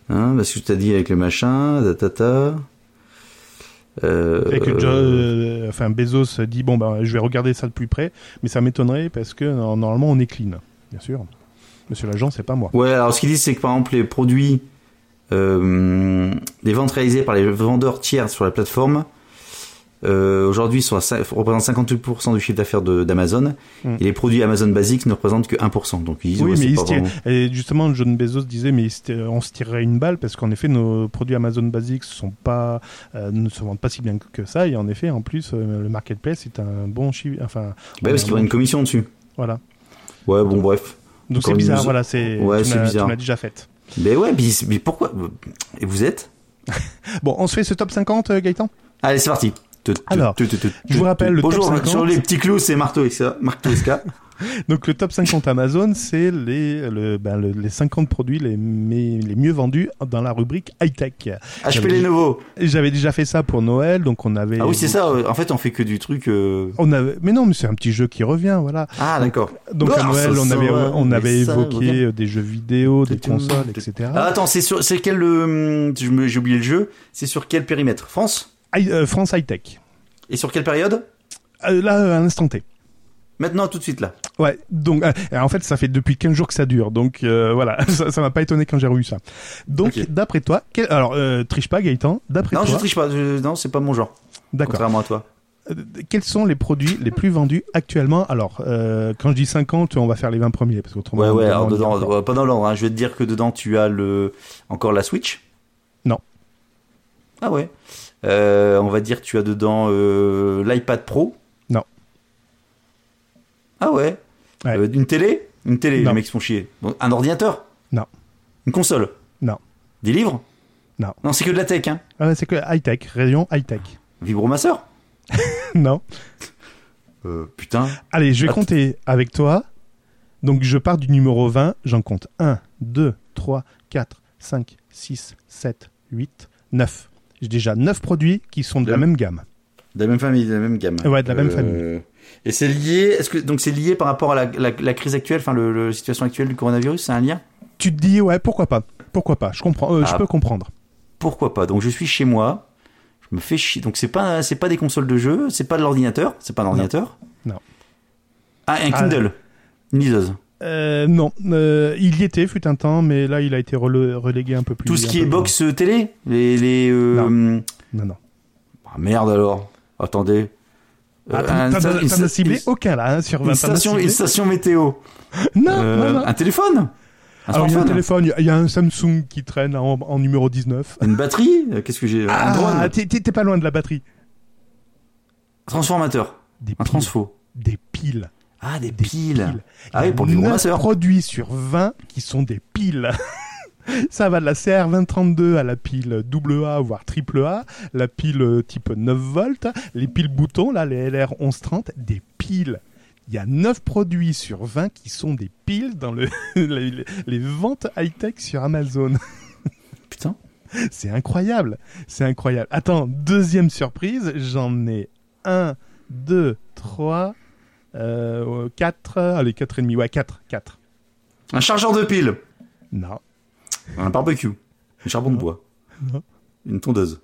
Speaker 3: Hein, parce que tu t'as dit avec le machin, tatata. Euh,
Speaker 2: Et que Jo-
Speaker 3: euh,
Speaker 2: euh, enfin Bezos dit bon ben je vais regarder ça de plus près, mais ça m'étonnerait parce que non, normalement on est clean, bien sûr. Monsieur l'agent, c'est pas moi.
Speaker 3: Ouais, alors ce qu'ils disent, c'est que par exemple, les produits, euh, les ventes réalisées par les vendeurs tiers sur la plateforme, euh, aujourd'hui, sont à cin- représentent 58% du chiffre d'affaires de- d'Amazon.
Speaker 2: Mm.
Speaker 3: Et les produits Amazon basiques ne représentent que 1%. Donc ils disent, ouais,
Speaker 2: Oui, mais
Speaker 3: c'est
Speaker 2: il
Speaker 3: pas
Speaker 2: se tire-
Speaker 3: vraiment-
Speaker 2: Et justement, John Bezos disait, mais il se tire- on se tirerait une balle parce qu'en effet, nos produits Amazon Basics sont pas, euh, ne se vendent pas si bien que ça. Et en effet, en plus, euh, le marketplace est un bon chiffre. Enfin, euh,
Speaker 3: Ouais, parce qu'ils prennent une commission dessus.
Speaker 2: voilà.
Speaker 3: Ouais, bon, bref.
Speaker 2: Donc c'est
Speaker 3: Encore une
Speaker 2: bizarre.
Speaker 3: news.
Speaker 2: Voilà, c'est
Speaker 3: Ouais,
Speaker 2: tu
Speaker 3: c'est
Speaker 2: m'as-
Speaker 3: bizarre.
Speaker 2: tu m'as déjà fait.
Speaker 3: Mais ouais, puis- mais pourquoi Et vous êtes
Speaker 2: Bon, on se fait ce top 50, euh, Gaëtan.
Speaker 3: Allez, c'est parti. Te- te-
Speaker 2: Alors,
Speaker 3: te- te- te-
Speaker 2: je vous rappelle le top
Speaker 3: Bonjour,
Speaker 2: 50.
Speaker 3: sur les petits clous, c'est Marteau et ça. Marteau et ça.
Speaker 2: Donc le top 50 Amazon, c'est les, le, ben, le- les 50 produits les, mé- les mieux vendus dans la rubrique high-tech.
Speaker 3: HP Lenovo.
Speaker 2: J'avais déjà fait ça pour Noël, donc on avait...
Speaker 3: Ah oui, c'est ça. euh, En fait, on fait que du truc. euh,
Speaker 2: On avait... Mais non, mais c'est un petit jeu qui revient, voilà.
Speaker 3: Ah, d'accord.
Speaker 2: Donc
Speaker 3: Ah,
Speaker 2: à Noël,
Speaker 3: ça
Speaker 2: on
Speaker 3: sera,
Speaker 2: avait, euh, on
Speaker 3: mais
Speaker 2: avait
Speaker 3: ça,
Speaker 2: évoqué
Speaker 3: ok.
Speaker 2: euh, des jeux vidéo, des
Speaker 3: Tout-
Speaker 2: consoles,
Speaker 3: tout-
Speaker 2: etc.
Speaker 3: Ah, attends, c'est sur, c'est quel, euh, je me- j'ai oublié le jeu. C'est sur quel périmètre France
Speaker 2: Hi- euh, France High-Tech.
Speaker 3: Et sur quelle période
Speaker 2: Euh, là, euh, à l'instant T.
Speaker 3: Maintenant, tout de suite là.
Speaker 2: Ouais, donc euh, en fait ça fait depuis 15 jours que ça dure, donc euh, voilà, ça ça m'a pas étonné quand j'ai revu ça. Donc
Speaker 3: Ok.
Speaker 2: d'après toi, quel... alors euh, triche pas Gaëtan, d'après
Speaker 3: Non, je
Speaker 2: toi,
Speaker 3: triche pas. je- non, c'est pas mon genre.
Speaker 2: d'accord,
Speaker 3: Contrairement à toi.
Speaker 2: Euh, quels sont les produits les plus vendus actuellement Alors euh, quand je dis 50, on va faire les 20 premiers parce qu'autrement
Speaker 3: Ouais,
Speaker 2: on-
Speaker 3: ouais.
Speaker 2: on-
Speaker 3: Alors
Speaker 2: on y est
Speaker 3: dedans,
Speaker 2: encore.
Speaker 3: ouais, pas dans l'ordre. hein, Je vais te dire que dedans, tu as le encore la Switch.
Speaker 2: Non.
Speaker 3: Ah ouais. Euh, on va dire tu as dedans euh, l'iPad Pro.
Speaker 2: Non.
Speaker 3: Ah ouais.
Speaker 2: Ouais.
Speaker 3: Euh, une télé Une télé,
Speaker 2: Non.
Speaker 3: les mecs se font chier. Bon, un ordinateur
Speaker 2: Non.
Speaker 3: Une console
Speaker 2: Non.
Speaker 3: Des livres
Speaker 2: Non.
Speaker 3: Non, c'est que de la tech, hein.
Speaker 2: Ah ouais, c'est que high tech, rayon high tech.
Speaker 3: Vibromasseur
Speaker 2: non.
Speaker 3: euh, Putain.
Speaker 2: Allez, je vais
Speaker 3: Att-
Speaker 2: compter avec toi. Donc je pars du numéro 20, j'en compte 1, 2, 3, 4, 5, 6, 7, 8, 9. J'ai déjà 9 produits qui sont de la
Speaker 3: Bien.
Speaker 2: même gamme.
Speaker 3: De la même famille, de la même gamme. Euh,
Speaker 2: Ouais, de la même famille.
Speaker 3: Et c'est lié, est-ce que donc c'est lié par rapport à la, la- la crise actuelle, enfin le- le- la situation actuelle du coronavirus, c'est un lien
Speaker 2: Tu te dis, ouais, pourquoi pas Pourquoi pas Je comprends, euh, je
Speaker 3: Ah.
Speaker 2: peux comprendre.
Speaker 3: Pourquoi pas Donc je suis chez moi, je me fais chier. Donc c'est pas c'est pas des consoles de jeu, c'est pas de l'ordinateur, c'est pas un ordinateur.
Speaker 2: Non.
Speaker 3: Ah, un
Speaker 2: Ah.
Speaker 3: Kindle, une liseuse.
Speaker 2: Euh, non, euh, il y était, fut un temps, mais là, il a été rele- relégué un peu plus.
Speaker 3: Tout ce
Speaker 2: un
Speaker 3: qui
Speaker 2: peu
Speaker 3: est
Speaker 2: plus
Speaker 3: box euh, télé, les les euh,
Speaker 2: loin. Non, non.
Speaker 3: Ah, merde alors. Attendez. Euh,
Speaker 2: Ah,
Speaker 3: un-
Speaker 2: t'en- t'en-
Speaker 3: une-
Speaker 2: T'en as ciblé
Speaker 3: une-
Speaker 2: aucun là, hein, sur 20.
Speaker 3: une
Speaker 2: t'en as
Speaker 3: station,
Speaker 2: ciblé-
Speaker 3: une station météo.
Speaker 2: Non,
Speaker 3: Euh,
Speaker 2: non, non.
Speaker 3: Un téléphone. Un
Speaker 2: Alors, il y a un
Speaker 3: smartphone
Speaker 2: téléphone, il y a- il y a un Samsung qui traîne en- en numéro 19.
Speaker 3: Une batterie Euh, Qu'est-ce que j'ai Un
Speaker 2: Ah,
Speaker 3: drone
Speaker 2: t'es- t'es t'es pas loin de la batterie.
Speaker 3: Transformateur.
Speaker 2: Des
Speaker 3: Un
Speaker 2: piles.
Speaker 3: transfo.
Speaker 2: Des piles.
Speaker 3: Ah, des
Speaker 2: Des
Speaker 3: piles.
Speaker 2: piles.
Speaker 3: Ah
Speaker 2: Il y
Speaker 3: oui,
Speaker 2: a
Speaker 3: pour le
Speaker 2: 9
Speaker 3: masseur.
Speaker 2: produits sur 20 qui sont des piles. Ça va de la CR2032 à la pile AA voire triple A, la pile euh, type 9 volts, les piles boutons, là les LR1130, des piles. Il y a 9 produits sur 20 qui sont des piles dans le, les, les ventes high-tech sur Amazon.
Speaker 3: Putain.
Speaker 2: C'est incroyable. C'est incroyable. Attends, deuxième surprise, j'en ai 1, 2, 3, 4, euh, allez, 4 et demi, ouais, 4, 4.
Speaker 3: Un chargeur de piles.
Speaker 2: Non.
Speaker 3: Un barbecue. Un charbon de bois.
Speaker 2: Non.
Speaker 3: Une tondeuse.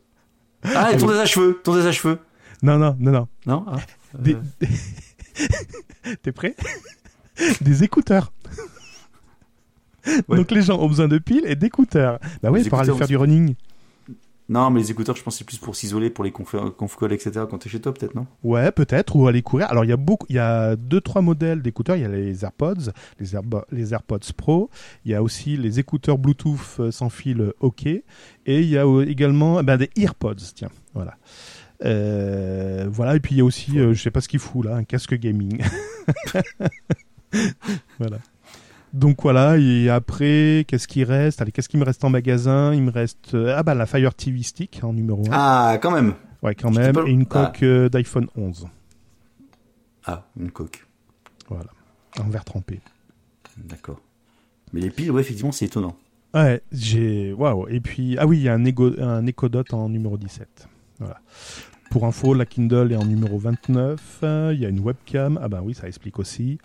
Speaker 3: Ah, une tondeuse à cheveux. Tondeuse à cheveux.
Speaker 2: Non, non, non, non.
Speaker 3: Non ah.
Speaker 2: Des-
Speaker 3: Euh,
Speaker 2: des- T'es prêt Des écouteurs.
Speaker 3: Ouais.
Speaker 2: Donc les gens ont besoin de piles et d'écouteurs. Bah oui,
Speaker 3: Des
Speaker 2: pour aller
Speaker 3: écouteurs,
Speaker 2: faire du running.
Speaker 3: Non, mais les écouteurs, je pense que c'est plus pour s'isoler, pour les confé- conf calls, etc. Quand t'es chez toi, peut-être, non
Speaker 2: Ouais, peut-être, ou aller courir. Alors, il y a beaucoup, il y a deux, trois modèles d'écouteurs. Il y a les AirPods, les, Airbo- les AirPods Pro. Il y a aussi les écouteurs Bluetooth euh, sans fil euh, OK. Et il y a euh, également eh ben, des AirPods, tiens, voilà. Euh, voilà, et puis il y a aussi, euh, je sais pas ce qu'il fout là, un casque gaming. voilà. Donc voilà, et après, qu'est-ce qui reste Allez, qu'est-ce qui me reste en magasin Il me reste, euh, ah bah la Fire TV Stick en numéro 1.
Speaker 3: Ah, quand même.
Speaker 2: ouais, quand
Speaker 3: j'étais
Speaker 2: même,
Speaker 3: pas-
Speaker 2: et une
Speaker 3: Ah.
Speaker 2: coque euh, d'iPhone 11.
Speaker 3: Ah, une coque.
Speaker 2: Voilà. En verre trempé.
Speaker 3: D'accord. Mais les piles, ouais, effectivement, c'est étonnant.
Speaker 2: Ouais, j'ai. Waouh. Et puis, ah oui, il y a un, égo... un Ecodot en numéro 17. Voilà. Pour info, la Kindle est en numéro 29. euh, Il y a une webcam. Ah ben oui, ça explique aussi.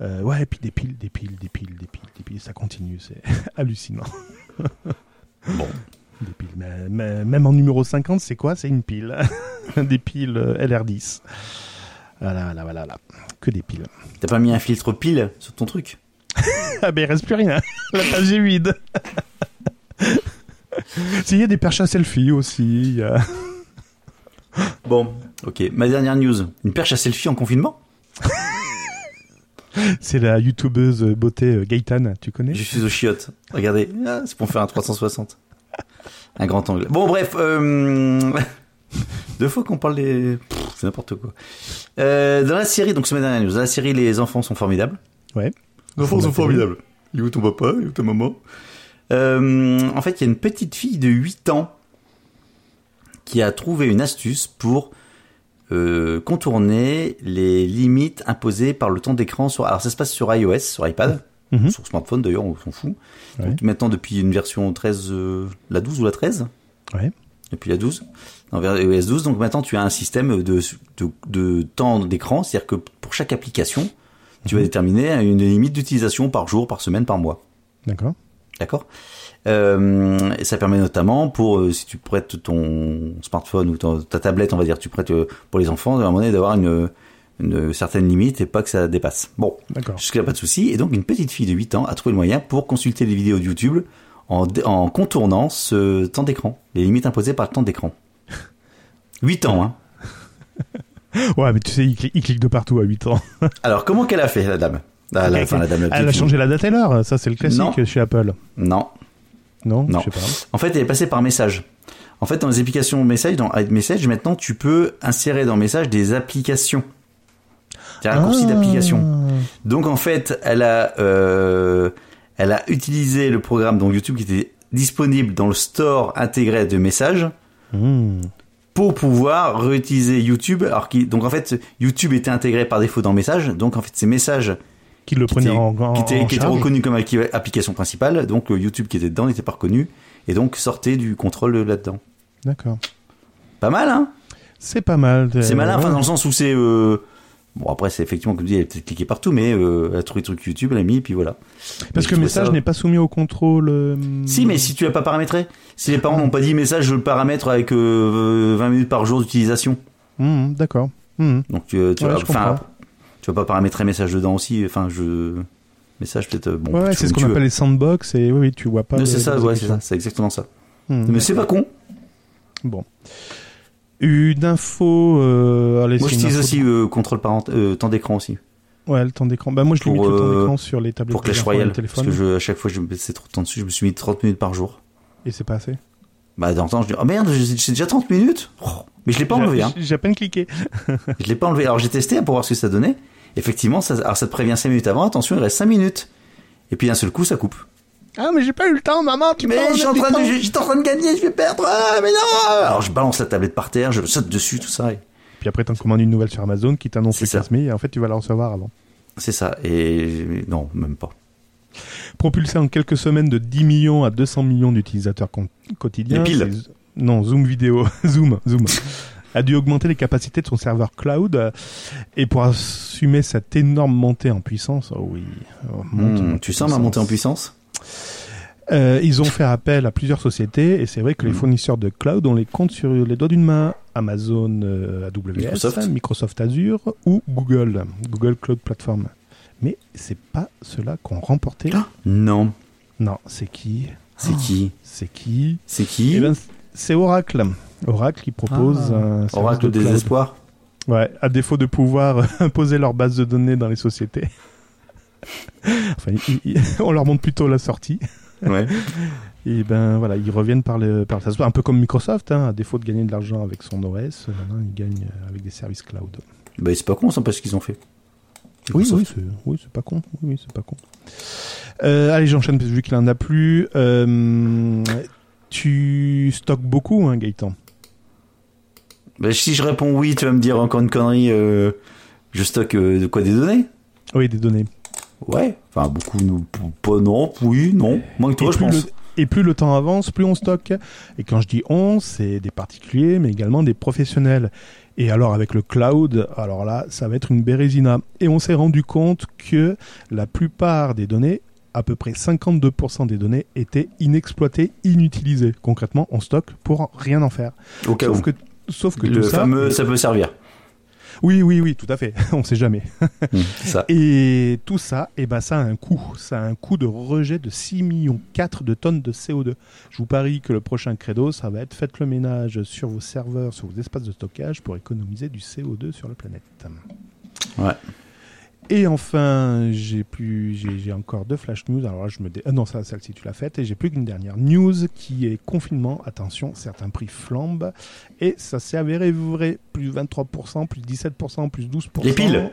Speaker 2: Euh, ouais, et puis des piles, des piles, des piles, des piles, des piles. Ça continue, c'est hallucinant.
Speaker 3: Bon.
Speaker 2: Des piles. Mais- mais- même en numéro 50, c'est quoi C'est une pile. des piles euh, LR10. Voilà, voilà, voilà, voilà. Que des piles.
Speaker 3: T'as pas mis un filtre pile sur ton truc
Speaker 2: Ah ben il reste plus rien. La page est vide. S'il y a des perches à selfie aussi. il y a-
Speaker 3: Bon, ok. Ma dernière news. Une perche à selfie en confinement
Speaker 2: C'est la youtubeuse beauté euh, Gaëtane, tu connais
Speaker 3: Je suis aux chiottes. Regardez, Ah, c'est pour faire un 360. Un grand angle. Bon, bref. euh, Deux fois qu'on parle des... Pff, C'est n'importe quoi. Euh, dans la série, donc c'est ma dernière news. Dans la série, les enfants sont formidables.
Speaker 2: Ouais.
Speaker 3: Les enfants
Speaker 2: sont formidables.
Speaker 3: Il est où ton papa Il est où ta maman Euh, En fait, il y a une petite fille de 8 ans qui a trouvé une astuce pour euh, contourner les limites imposées par le temps d'écran sur. Alors ça se passe sur iOS, sur iPad,
Speaker 2: Mhm.
Speaker 3: sur smartphone d'ailleurs, on s'en fout.
Speaker 2: Ouais.
Speaker 3: Donc maintenant depuis une version 13, euh, la 12 ou la 13
Speaker 2: Ouais.
Speaker 3: depuis la 12, dans vers- iOS 12. Donc maintenant, tu as un système de, de, de temps d'écran, c'est-à-dire que pour chaque application, tu
Speaker 2: Mhm.
Speaker 3: vas déterminer une limite d'utilisation par jour, par semaine, par mois.
Speaker 2: D'accord.
Speaker 3: D'accord Euh, et ça permet notamment pour euh, si tu prêtes ton smartphone ou ton- ta tablette, on va dire, tu prêtes euh, pour les enfants, à un moment donné d'avoir une, une certaine limite et pas que ça dépasse. Bon,
Speaker 2: D'accord.
Speaker 3: Jusqu'à là, pas de souci. Et donc, une petite fille de 8 ans a trouvé le moyen pour consulter les vidéos de YouTube en, dé- en contournant ce temps d'écran, les limites imposées par le temps d'écran. 8 ans, hein.
Speaker 2: Ouais, mais tu sais, il, cli- il clique de partout à 8 ans.
Speaker 3: Alors, comment qu'elle a fait, la dame Ah, la, enfin, la dame, la
Speaker 2: Elle a
Speaker 3: petite fille.
Speaker 2: changé la date et l'heure, ça c'est le classique
Speaker 3: Non.
Speaker 2: chez Apple.
Speaker 3: Non.
Speaker 2: Non,
Speaker 3: Non.
Speaker 2: je sais pas.
Speaker 3: En fait, elle est passée par message. En fait, dans les applications message, dans message, maintenant, tu peux insérer dans message des applications. Des raccourcis
Speaker 2: Ah.
Speaker 3: d'applications. Donc en fait, elle a, euh, elle a utilisé le programme donc YouTube qui était disponible dans le store intégré de messages
Speaker 2: Hmm.
Speaker 3: pour pouvoir réutiliser YouTube. Alors qui, donc en fait, YouTube était intégré par défaut dans messages. Donc en fait, ces messages
Speaker 2: Qui le
Speaker 3: qui
Speaker 2: prenait en, en,
Speaker 3: étaient,
Speaker 2: en
Speaker 3: qui étaient
Speaker 2: charge.
Speaker 3: reconnus comme acqui- application principale, donc le YouTube qui était dedans n'était pas reconnu et donc sortait du contrôle euh, là-dedans.
Speaker 2: D'accord.
Speaker 3: Pas mal, hein
Speaker 2: C'est pas mal.
Speaker 3: C'est
Speaker 2: euh,
Speaker 3: malin, enfin
Speaker 2: ouais.
Speaker 3: dans le sens où c'est euh, bon après c'est effectivement comme tu dis, elle a peut-être cliqué partout, mais euh, elle a trouvé le truc YouTube, elle a mis et puis voilà.
Speaker 2: Parce
Speaker 3: Je
Speaker 2: que
Speaker 3: trouvais
Speaker 2: message
Speaker 3: ça-
Speaker 2: n'est pas soumis au contrôle. euh,
Speaker 3: Si, mais si tu l'as pas paramétré, si les parents n'ont pas dit message, je le paramètre avec euh, 20 minutes par jour d'utilisation.
Speaker 2: hmm, D'accord. Hmm.
Speaker 3: Donc tu, tu
Speaker 2: Ouais,
Speaker 3: vas,
Speaker 2: je
Speaker 3: enfin,
Speaker 2: comprends.
Speaker 3: tu vas pas paramétrer message dedans aussi. Enfin, je message peut-être. euh, Bon,
Speaker 2: Ouais, ouais,
Speaker 3: tu
Speaker 2: c'est
Speaker 3: fais
Speaker 2: ce
Speaker 3: comme
Speaker 2: qu'on
Speaker 3: tu
Speaker 2: appelle
Speaker 3: veux.
Speaker 2: les sandbox et oui, oui, tu vois pas.
Speaker 3: Non,
Speaker 2: le-
Speaker 3: c'est ça,
Speaker 2: les
Speaker 3: ouais, c'est ça,
Speaker 2: applications.
Speaker 3: c'est exactement ça.
Speaker 2: Hmm.
Speaker 3: Mais c'est pas con.
Speaker 2: Bon. Une info. Euh... allez,
Speaker 3: Moi,
Speaker 2: c'est une
Speaker 3: j'utilise
Speaker 2: info
Speaker 3: aussi euh, contrôle parent, euh, temps d'écran aussi
Speaker 2: de- Ouais, le temps d'écran. Bah, moi, je limite
Speaker 3: Pour,
Speaker 2: le temps
Speaker 3: euh,
Speaker 2: d'écran sur les tablettes
Speaker 3: pour Clash
Speaker 2: d'écran et le
Speaker 3: Royale, parce
Speaker 2: téléphone.
Speaker 3: que je, à chaque fois, je me passais trop de temps dessus. Je me suis mis 30 minutes par jour.
Speaker 2: Et c'est pas assez.
Speaker 3: Bah, dans le temps, je dis oh merde, j'ai j'ai déjà 30 minutes. Oh, mais je l'ai pas
Speaker 2: J'ai-
Speaker 3: enlevé. Hein.
Speaker 2: J'ai à peine cliqué.
Speaker 3: Je l'ai pas enlevé. Alors j'ai testé pour voir ce que ça donnait. Effectivement, ça, alors ça te prévient 5 minutes avant. Attention, il reste 5 minutes. Et puis d'un seul coup, ça coupe.
Speaker 2: Ah, mais j'ai pas eu le temps, maman. Tu
Speaker 3: Mais
Speaker 2: parles,
Speaker 3: je suis
Speaker 2: j'ai
Speaker 3: en
Speaker 2: du
Speaker 3: train de,
Speaker 2: temps.
Speaker 3: je- j'étais en train de gagner, je vais perdre. Ah, mais non Alors je balance la tablette par terre, je saute dessus, tout ça. et
Speaker 2: Puis après, t'en commandes une nouvelle sur Amazon qui t'annonce
Speaker 3: C'est
Speaker 2: le
Speaker 3: ça.
Speaker 2: 15 mai et en fait, tu vas la recevoir avant.
Speaker 3: C'est ça. Et non, même pas.
Speaker 2: Propulsé en quelques semaines de 10 millions à 200 millions d'utilisateurs con- quotidiens.
Speaker 3: Les piles.
Speaker 2: c'est- Non, Zoom vidéo. Zoom, Zoom. a dû augmenter les capacités de son serveur cloud euh, et pour assumer cette énorme montée en puissance. Oh oui. oh, monte,
Speaker 3: Hmm,
Speaker 2: monte
Speaker 3: tu
Speaker 2: en
Speaker 3: sens ma
Speaker 2: puissance.
Speaker 3: montée en puissance
Speaker 2: Euh, ils ont fait appel à plusieurs sociétés et c'est vrai que les
Speaker 3: Mhm.
Speaker 2: fournisseurs de cloud, on les compte sur les doigts d'une main. Amazon euh, AWS,
Speaker 3: Microsoft.
Speaker 2: Microsoft Azure ou Google, Google Cloud Platform. Mais c'est pas cela qu'on remporté.
Speaker 3: Ah. Non.
Speaker 2: Non, c'est qui
Speaker 3: C'est qui
Speaker 2: C'est qui
Speaker 3: C'est qui
Speaker 2: Ah. Eh ben, c'est Oracle. Oracle qui propose
Speaker 3: Ah.
Speaker 2: un service
Speaker 3: Oracle
Speaker 2: de cloud.
Speaker 3: désespoir
Speaker 2: Ouais, à défaut de pouvoir imposer leur base de données dans les sociétés. enfin, ils- ils- on leur montre plutôt la sortie.
Speaker 3: Ouais.
Speaker 2: Et ben voilà, ils reviennent par le par le SaaS. un peu comme Microsoft, hein, à défaut de gagner de l'argent avec son OS, euh, maintenant, ils gagnent euh, avec des services cloud.
Speaker 3: Bah, c'est pas con, ça, parce qu'ils ont fait.
Speaker 2: Oui,
Speaker 3: Microsoft.
Speaker 2: oui, c'est oui, c'est pas con. Oui, oui, c'est pas con. Euh, allez, j'enchaîne parce que vu qu'il en a plus. Euh, tu stockes beaucoup, hein, Gaëtan.
Speaker 3: Bah, si je réponds oui, tu vas me dire encore une connerie. euh, je stocke euh, de quoi des données
Speaker 2: Oui, des données.
Speaker 3: Ouais. Enfin, beaucoup, nous, p- pas non, oui, non. Moins que toi,
Speaker 2: et,
Speaker 3: je
Speaker 2: plus
Speaker 3: pense.
Speaker 2: le, et plus le temps avance, plus on stocke. Et quand je dis on, c'est des particuliers, mais également des professionnels. Et alors avec le cloud, alors là, ça va être une bérésina. Et on s'est rendu compte que la plupart des données, à peu près 52% des données, étaient inexploitées, inutilisées. Concrètement, on stocke pour rien en faire.
Speaker 3: Au cas
Speaker 2: sauf
Speaker 3: où.
Speaker 2: que, sauf que
Speaker 3: le
Speaker 2: tout ça...
Speaker 3: fameux, ça peut servir.
Speaker 2: Oui, oui, oui, tout à fait. on sait jamais.
Speaker 3: Hmm, c'est ça.
Speaker 2: Et tout ça, eh ben, ça a un coût. Ça a un coût de rejet de 6 millions 4 de tonnes de CO2. Je vous parie que le prochain credo, ça va être faites le ménage sur vos serveurs, sur vos espaces de stockage pour économiser du CO2 sur la planète.
Speaker 3: Ouais.
Speaker 2: Et enfin, j'ai plus, j'ai j'ai encore deux flash news. Alors là, je me dé... ah non, ça, celle-ci tu l'as faite. Et j'ai plus qu'une dernière news qui est confinement. Attention, certains prix flambent et ça s'est avéré vrai. Plus 23%, plus 17%, plus 12%.
Speaker 3: Les piles.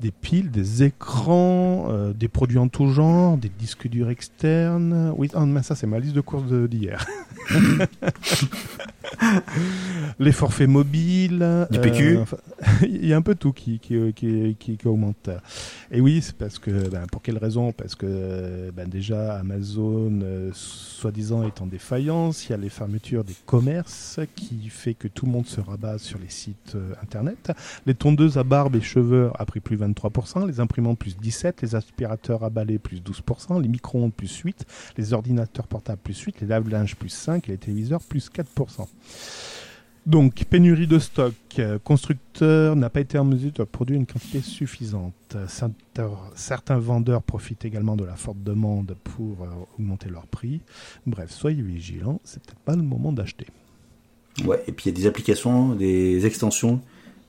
Speaker 2: Des piles, des écrans, euh, des produits en tout genre, des disques durs externes. Oui, ah, mais ça c'est ma liste de courses de- d'hier. les forfaits mobiles.
Speaker 3: Du PQ.
Speaker 2: euh, enfin, Il y a un peu tout qui, qui, qui, qui- qui augmente. Et oui, c'est parce que, ben, pour quelle raison Parce que euh, ben, déjà, Amazon, euh, soi-disant, est en défaillance. Il y a les fermetures des commerces qui fait que tout le monde se rabat sur les sites euh, Internet. Les tondeuses à barbe et cheveux a pris plus 23%, les imprimantes plus 17%, les aspirateurs à balai plus 12%, les micro-ondes plus 8%, les ordinateurs portables plus 8%, les lave-linges plus 5% et les téléviseurs plus 4%. Donc, pénurie de stock. Euh, Constructeur n'a pas été en mesure de produire une quantité suffisante. Euh, certains- Certains vendeurs profitent également de la forte demande pour euh, augmenter leurs prix. Bref, soyez vigilants, c'est peut-être pas le moment d'acheter.
Speaker 3: Ouais, et puis il y a des applications, des extensions,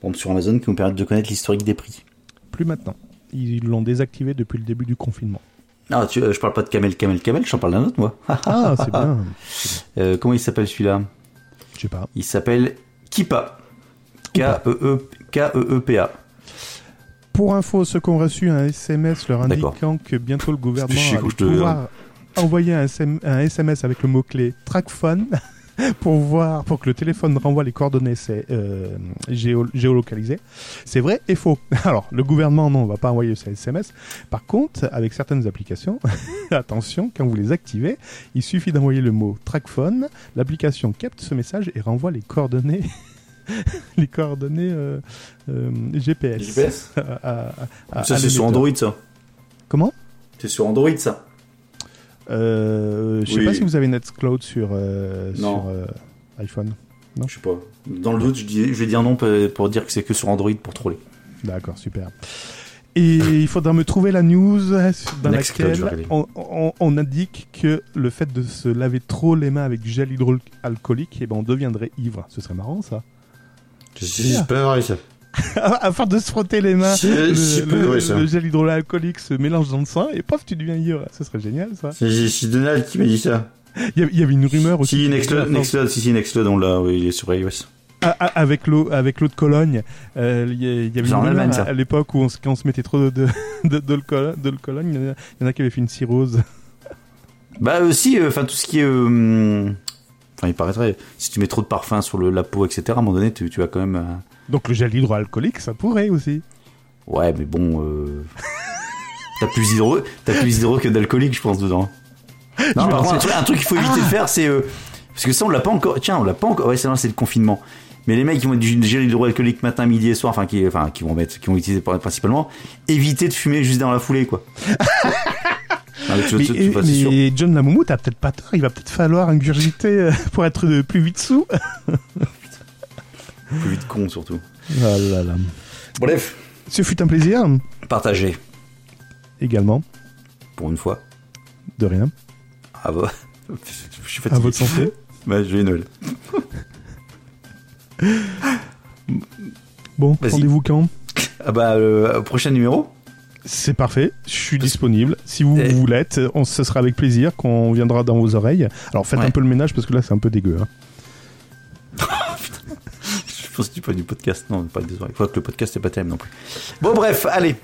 Speaker 3: par exemple sur Amazon, qui nous permettent de connaître l'historique des prix.
Speaker 2: Plus maintenant. Ils l'ont désactivé depuis le début du confinement.
Speaker 3: Ah, tu, euh, je parle pas de Camel, Camel, Camel, j'en parle d'un autre, moi.
Speaker 2: Ah, c'est bien.
Speaker 3: Euh, comment il s'appelle celui-là
Speaker 2: Je sais pas.
Speaker 3: Il s'appelle Kipa. E K-E-E-P-A.
Speaker 2: Pour info, ceux qui ont reçu un SMS leur
Speaker 3: D'accord.
Speaker 2: indiquant que bientôt le gouvernement
Speaker 3: Parce que je sais
Speaker 2: allait
Speaker 3: que je te-
Speaker 2: pouvoir envoyer un, SM un SMS avec le mot-clé TrackPhone pour voir pour que le téléphone renvoie les coordonnées c'est, euh, géo- géolocalisées. C'est vrai et faux. Alors, le gouvernement, non, on va pas envoyer ce SMS. Par contre, avec certaines applications, attention, quand vous les activez, il suffit d'envoyer le mot TrackPhone, l'application capte ce message et renvoie les coordonnées, les coordonnées euh, euh,
Speaker 3: GPS
Speaker 2: à- à- à-
Speaker 3: Ça,
Speaker 2: à
Speaker 3: c'est sur
Speaker 2: l'émetteur.
Speaker 3: Android, ça.
Speaker 2: Comment
Speaker 3: C'est sur Android, ça.
Speaker 2: euh, Je sais
Speaker 3: Oui.
Speaker 2: pas si vous avez Nextcloud sur, euh,
Speaker 3: Non.
Speaker 2: sur euh, iPhone.
Speaker 3: Je sais pas. Dans le doute, je, dis- je vais dire non pe- pour dire que c'est que sur Android pour troller.
Speaker 2: D'accord, super. Et il faudra me trouver la news euh, dans
Speaker 3: Nextcloud, je vais
Speaker 2: laquelle
Speaker 3: regarder.
Speaker 2: on, on- on indique que le fait de se laver trop les mains avec du gel hydroalcoolique, eh ben on deviendrait ivre. Ce serait marrant ça.
Speaker 1: J'ai peur, ça.
Speaker 2: à force de se frotter les mains,
Speaker 1: C'est-
Speaker 2: le,
Speaker 1: c'est pas
Speaker 2: le-
Speaker 1: vrai, ça.
Speaker 2: le gel hydroalcoolique se mélange dans le sang et pof, tu deviens ivre. Ce serait génial ça.
Speaker 1: C'est c'est Donald qui m'a dit ça.
Speaker 2: Il y avait- il y avait une rumeur aussi.
Speaker 3: Si,
Speaker 2: qui
Speaker 3: Nextcloud,
Speaker 2: disait, à force-
Speaker 3: Nextcloud, si, si, Nextcloud, on l'a, oui, il est sur iOS.
Speaker 2: Ah, ah, avec l'eau avec l'eau de Cologne euh, il y a- il y avait
Speaker 3: C'est
Speaker 2: une
Speaker 3: en
Speaker 2: rumeur
Speaker 3: Allemagne, ça.
Speaker 2: à- à l'époque où on, se- quand on se mettait trop de de, de, de le Colo- de le Cologne il y en a- il y en a qui avaient fait une cirrhose
Speaker 3: Bah euh, si, enfin tout ce qui est... euh, hum, Enfin il paraîtrait, si tu mets trop de parfum sur le, la peau, etc., à un moment donné, tu, tu as quand même... euh,
Speaker 2: donc le gel hydroalcoolique ça pourrait aussi
Speaker 3: Ouais, mais bon... Euh... T'as plus hydro, t'as plus hydro que d'alcoolique, je pense dedans. Non,
Speaker 2: Je
Speaker 3: par
Speaker 2: pense-
Speaker 3: contre, un truc, un truc qu'il faut éviter de
Speaker 2: Ah.
Speaker 3: faire, c'est euh, parce que ça on l'a pas encore. Tiens, on l'a pas encore. Ouais, c'est vrai, c'est le confinement. Mais les mecs qui vont mettre du gel hydroalcoolique matin, midi et soir, enfin qui, enfin qui vont mettre, qui vont utiliser principalement, éviter de fumer juste dans la foulée, quoi. Non, mais tu-
Speaker 2: mais, euh,
Speaker 3: tu- tu- enfin, c'est sûr.
Speaker 2: mais John Lamoumou t'as peut-être pas tort il va peut-être falloir ingurgiter euh, pour être de plus vite sous
Speaker 3: Plus vite con surtout.
Speaker 2: Ah là là.
Speaker 3: Bref,
Speaker 2: ce fut un plaisir
Speaker 3: partagez
Speaker 2: également
Speaker 3: pour une fois.
Speaker 2: de rien
Speaker 3: Ah bah, je suis
Speaker 2: à
Speaker 3: fatigué.
Speaker 2: votre santé
Speaker 3: Bah, je vais Noël.
Speaker 2: bon
Speaker 3: Vas-y.
Speaker 2: rendez-vous quand
Speaker 3: Ah bah, euh, prochain numéro.
Speaker 2: c'est parfait, je suis disponible. Si vous
Speaker 3: Eh.
Speaker 2: vous l'êtes, on, ce sera avec plaisir qu'on viendra dans vos oreilles. Alors faites
Speaker 3: Ouais.
Speaker 2: un peu le ménage parce que là c'est un peu dégueu. hein.
Speaker 3: Je pense que tu parles du podcast. Non, on parle des oreilles. Quoique le podcast, c'est pas terrible non plus. Bon, bref, allez.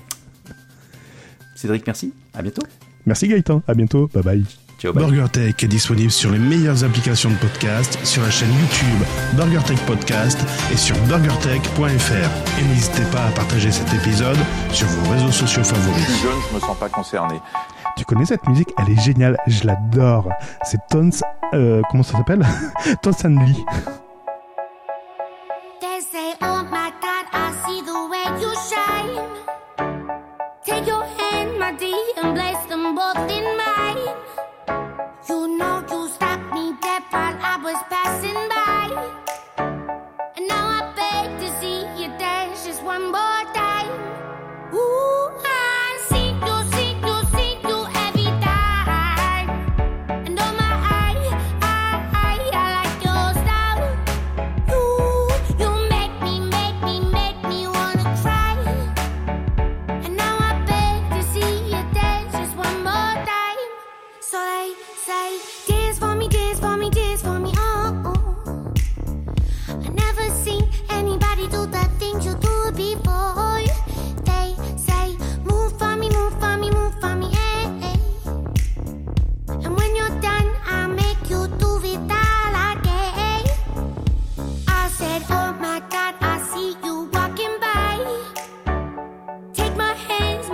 Speaker 3: Cédric, merci. À bientôt.
Speaker 2: Merci Gaëtan, à bientôt, bye bye.
Speaker 3: Ciao, bye.
Speaker 4: BurgerTech est disponible sur les meilleures applications de podcast, sur la chaîne YouTube BurgerTech Podcast et sur burgertech.fr. Et n'hésitez pas à partager cet épisode sur vos réseaux sociaux favoris.
Speaker 5: plus jeune, je me sens pas concerné.
Speaker 2: Tu connais cette musique Elle est géniale, je l'adore. C'est Tons. euh, comment ça s'appelle Tons and Lee.
Speaker 6: They say, oh my God, I see the way you shine. Take your hand, my dear, and place them both in mine. You know you stopped me dead while I was passing by. And now I beg to see you dance just one more time. Ooh, I see you, see you, see you every time. And oh my, I, I, I like your style. oh. eh, "Oh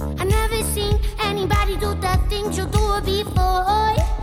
Speaker 6: oh, seen anybody do the things you do before. eh, oh, eh, ah, Oh, eh." oh, eh,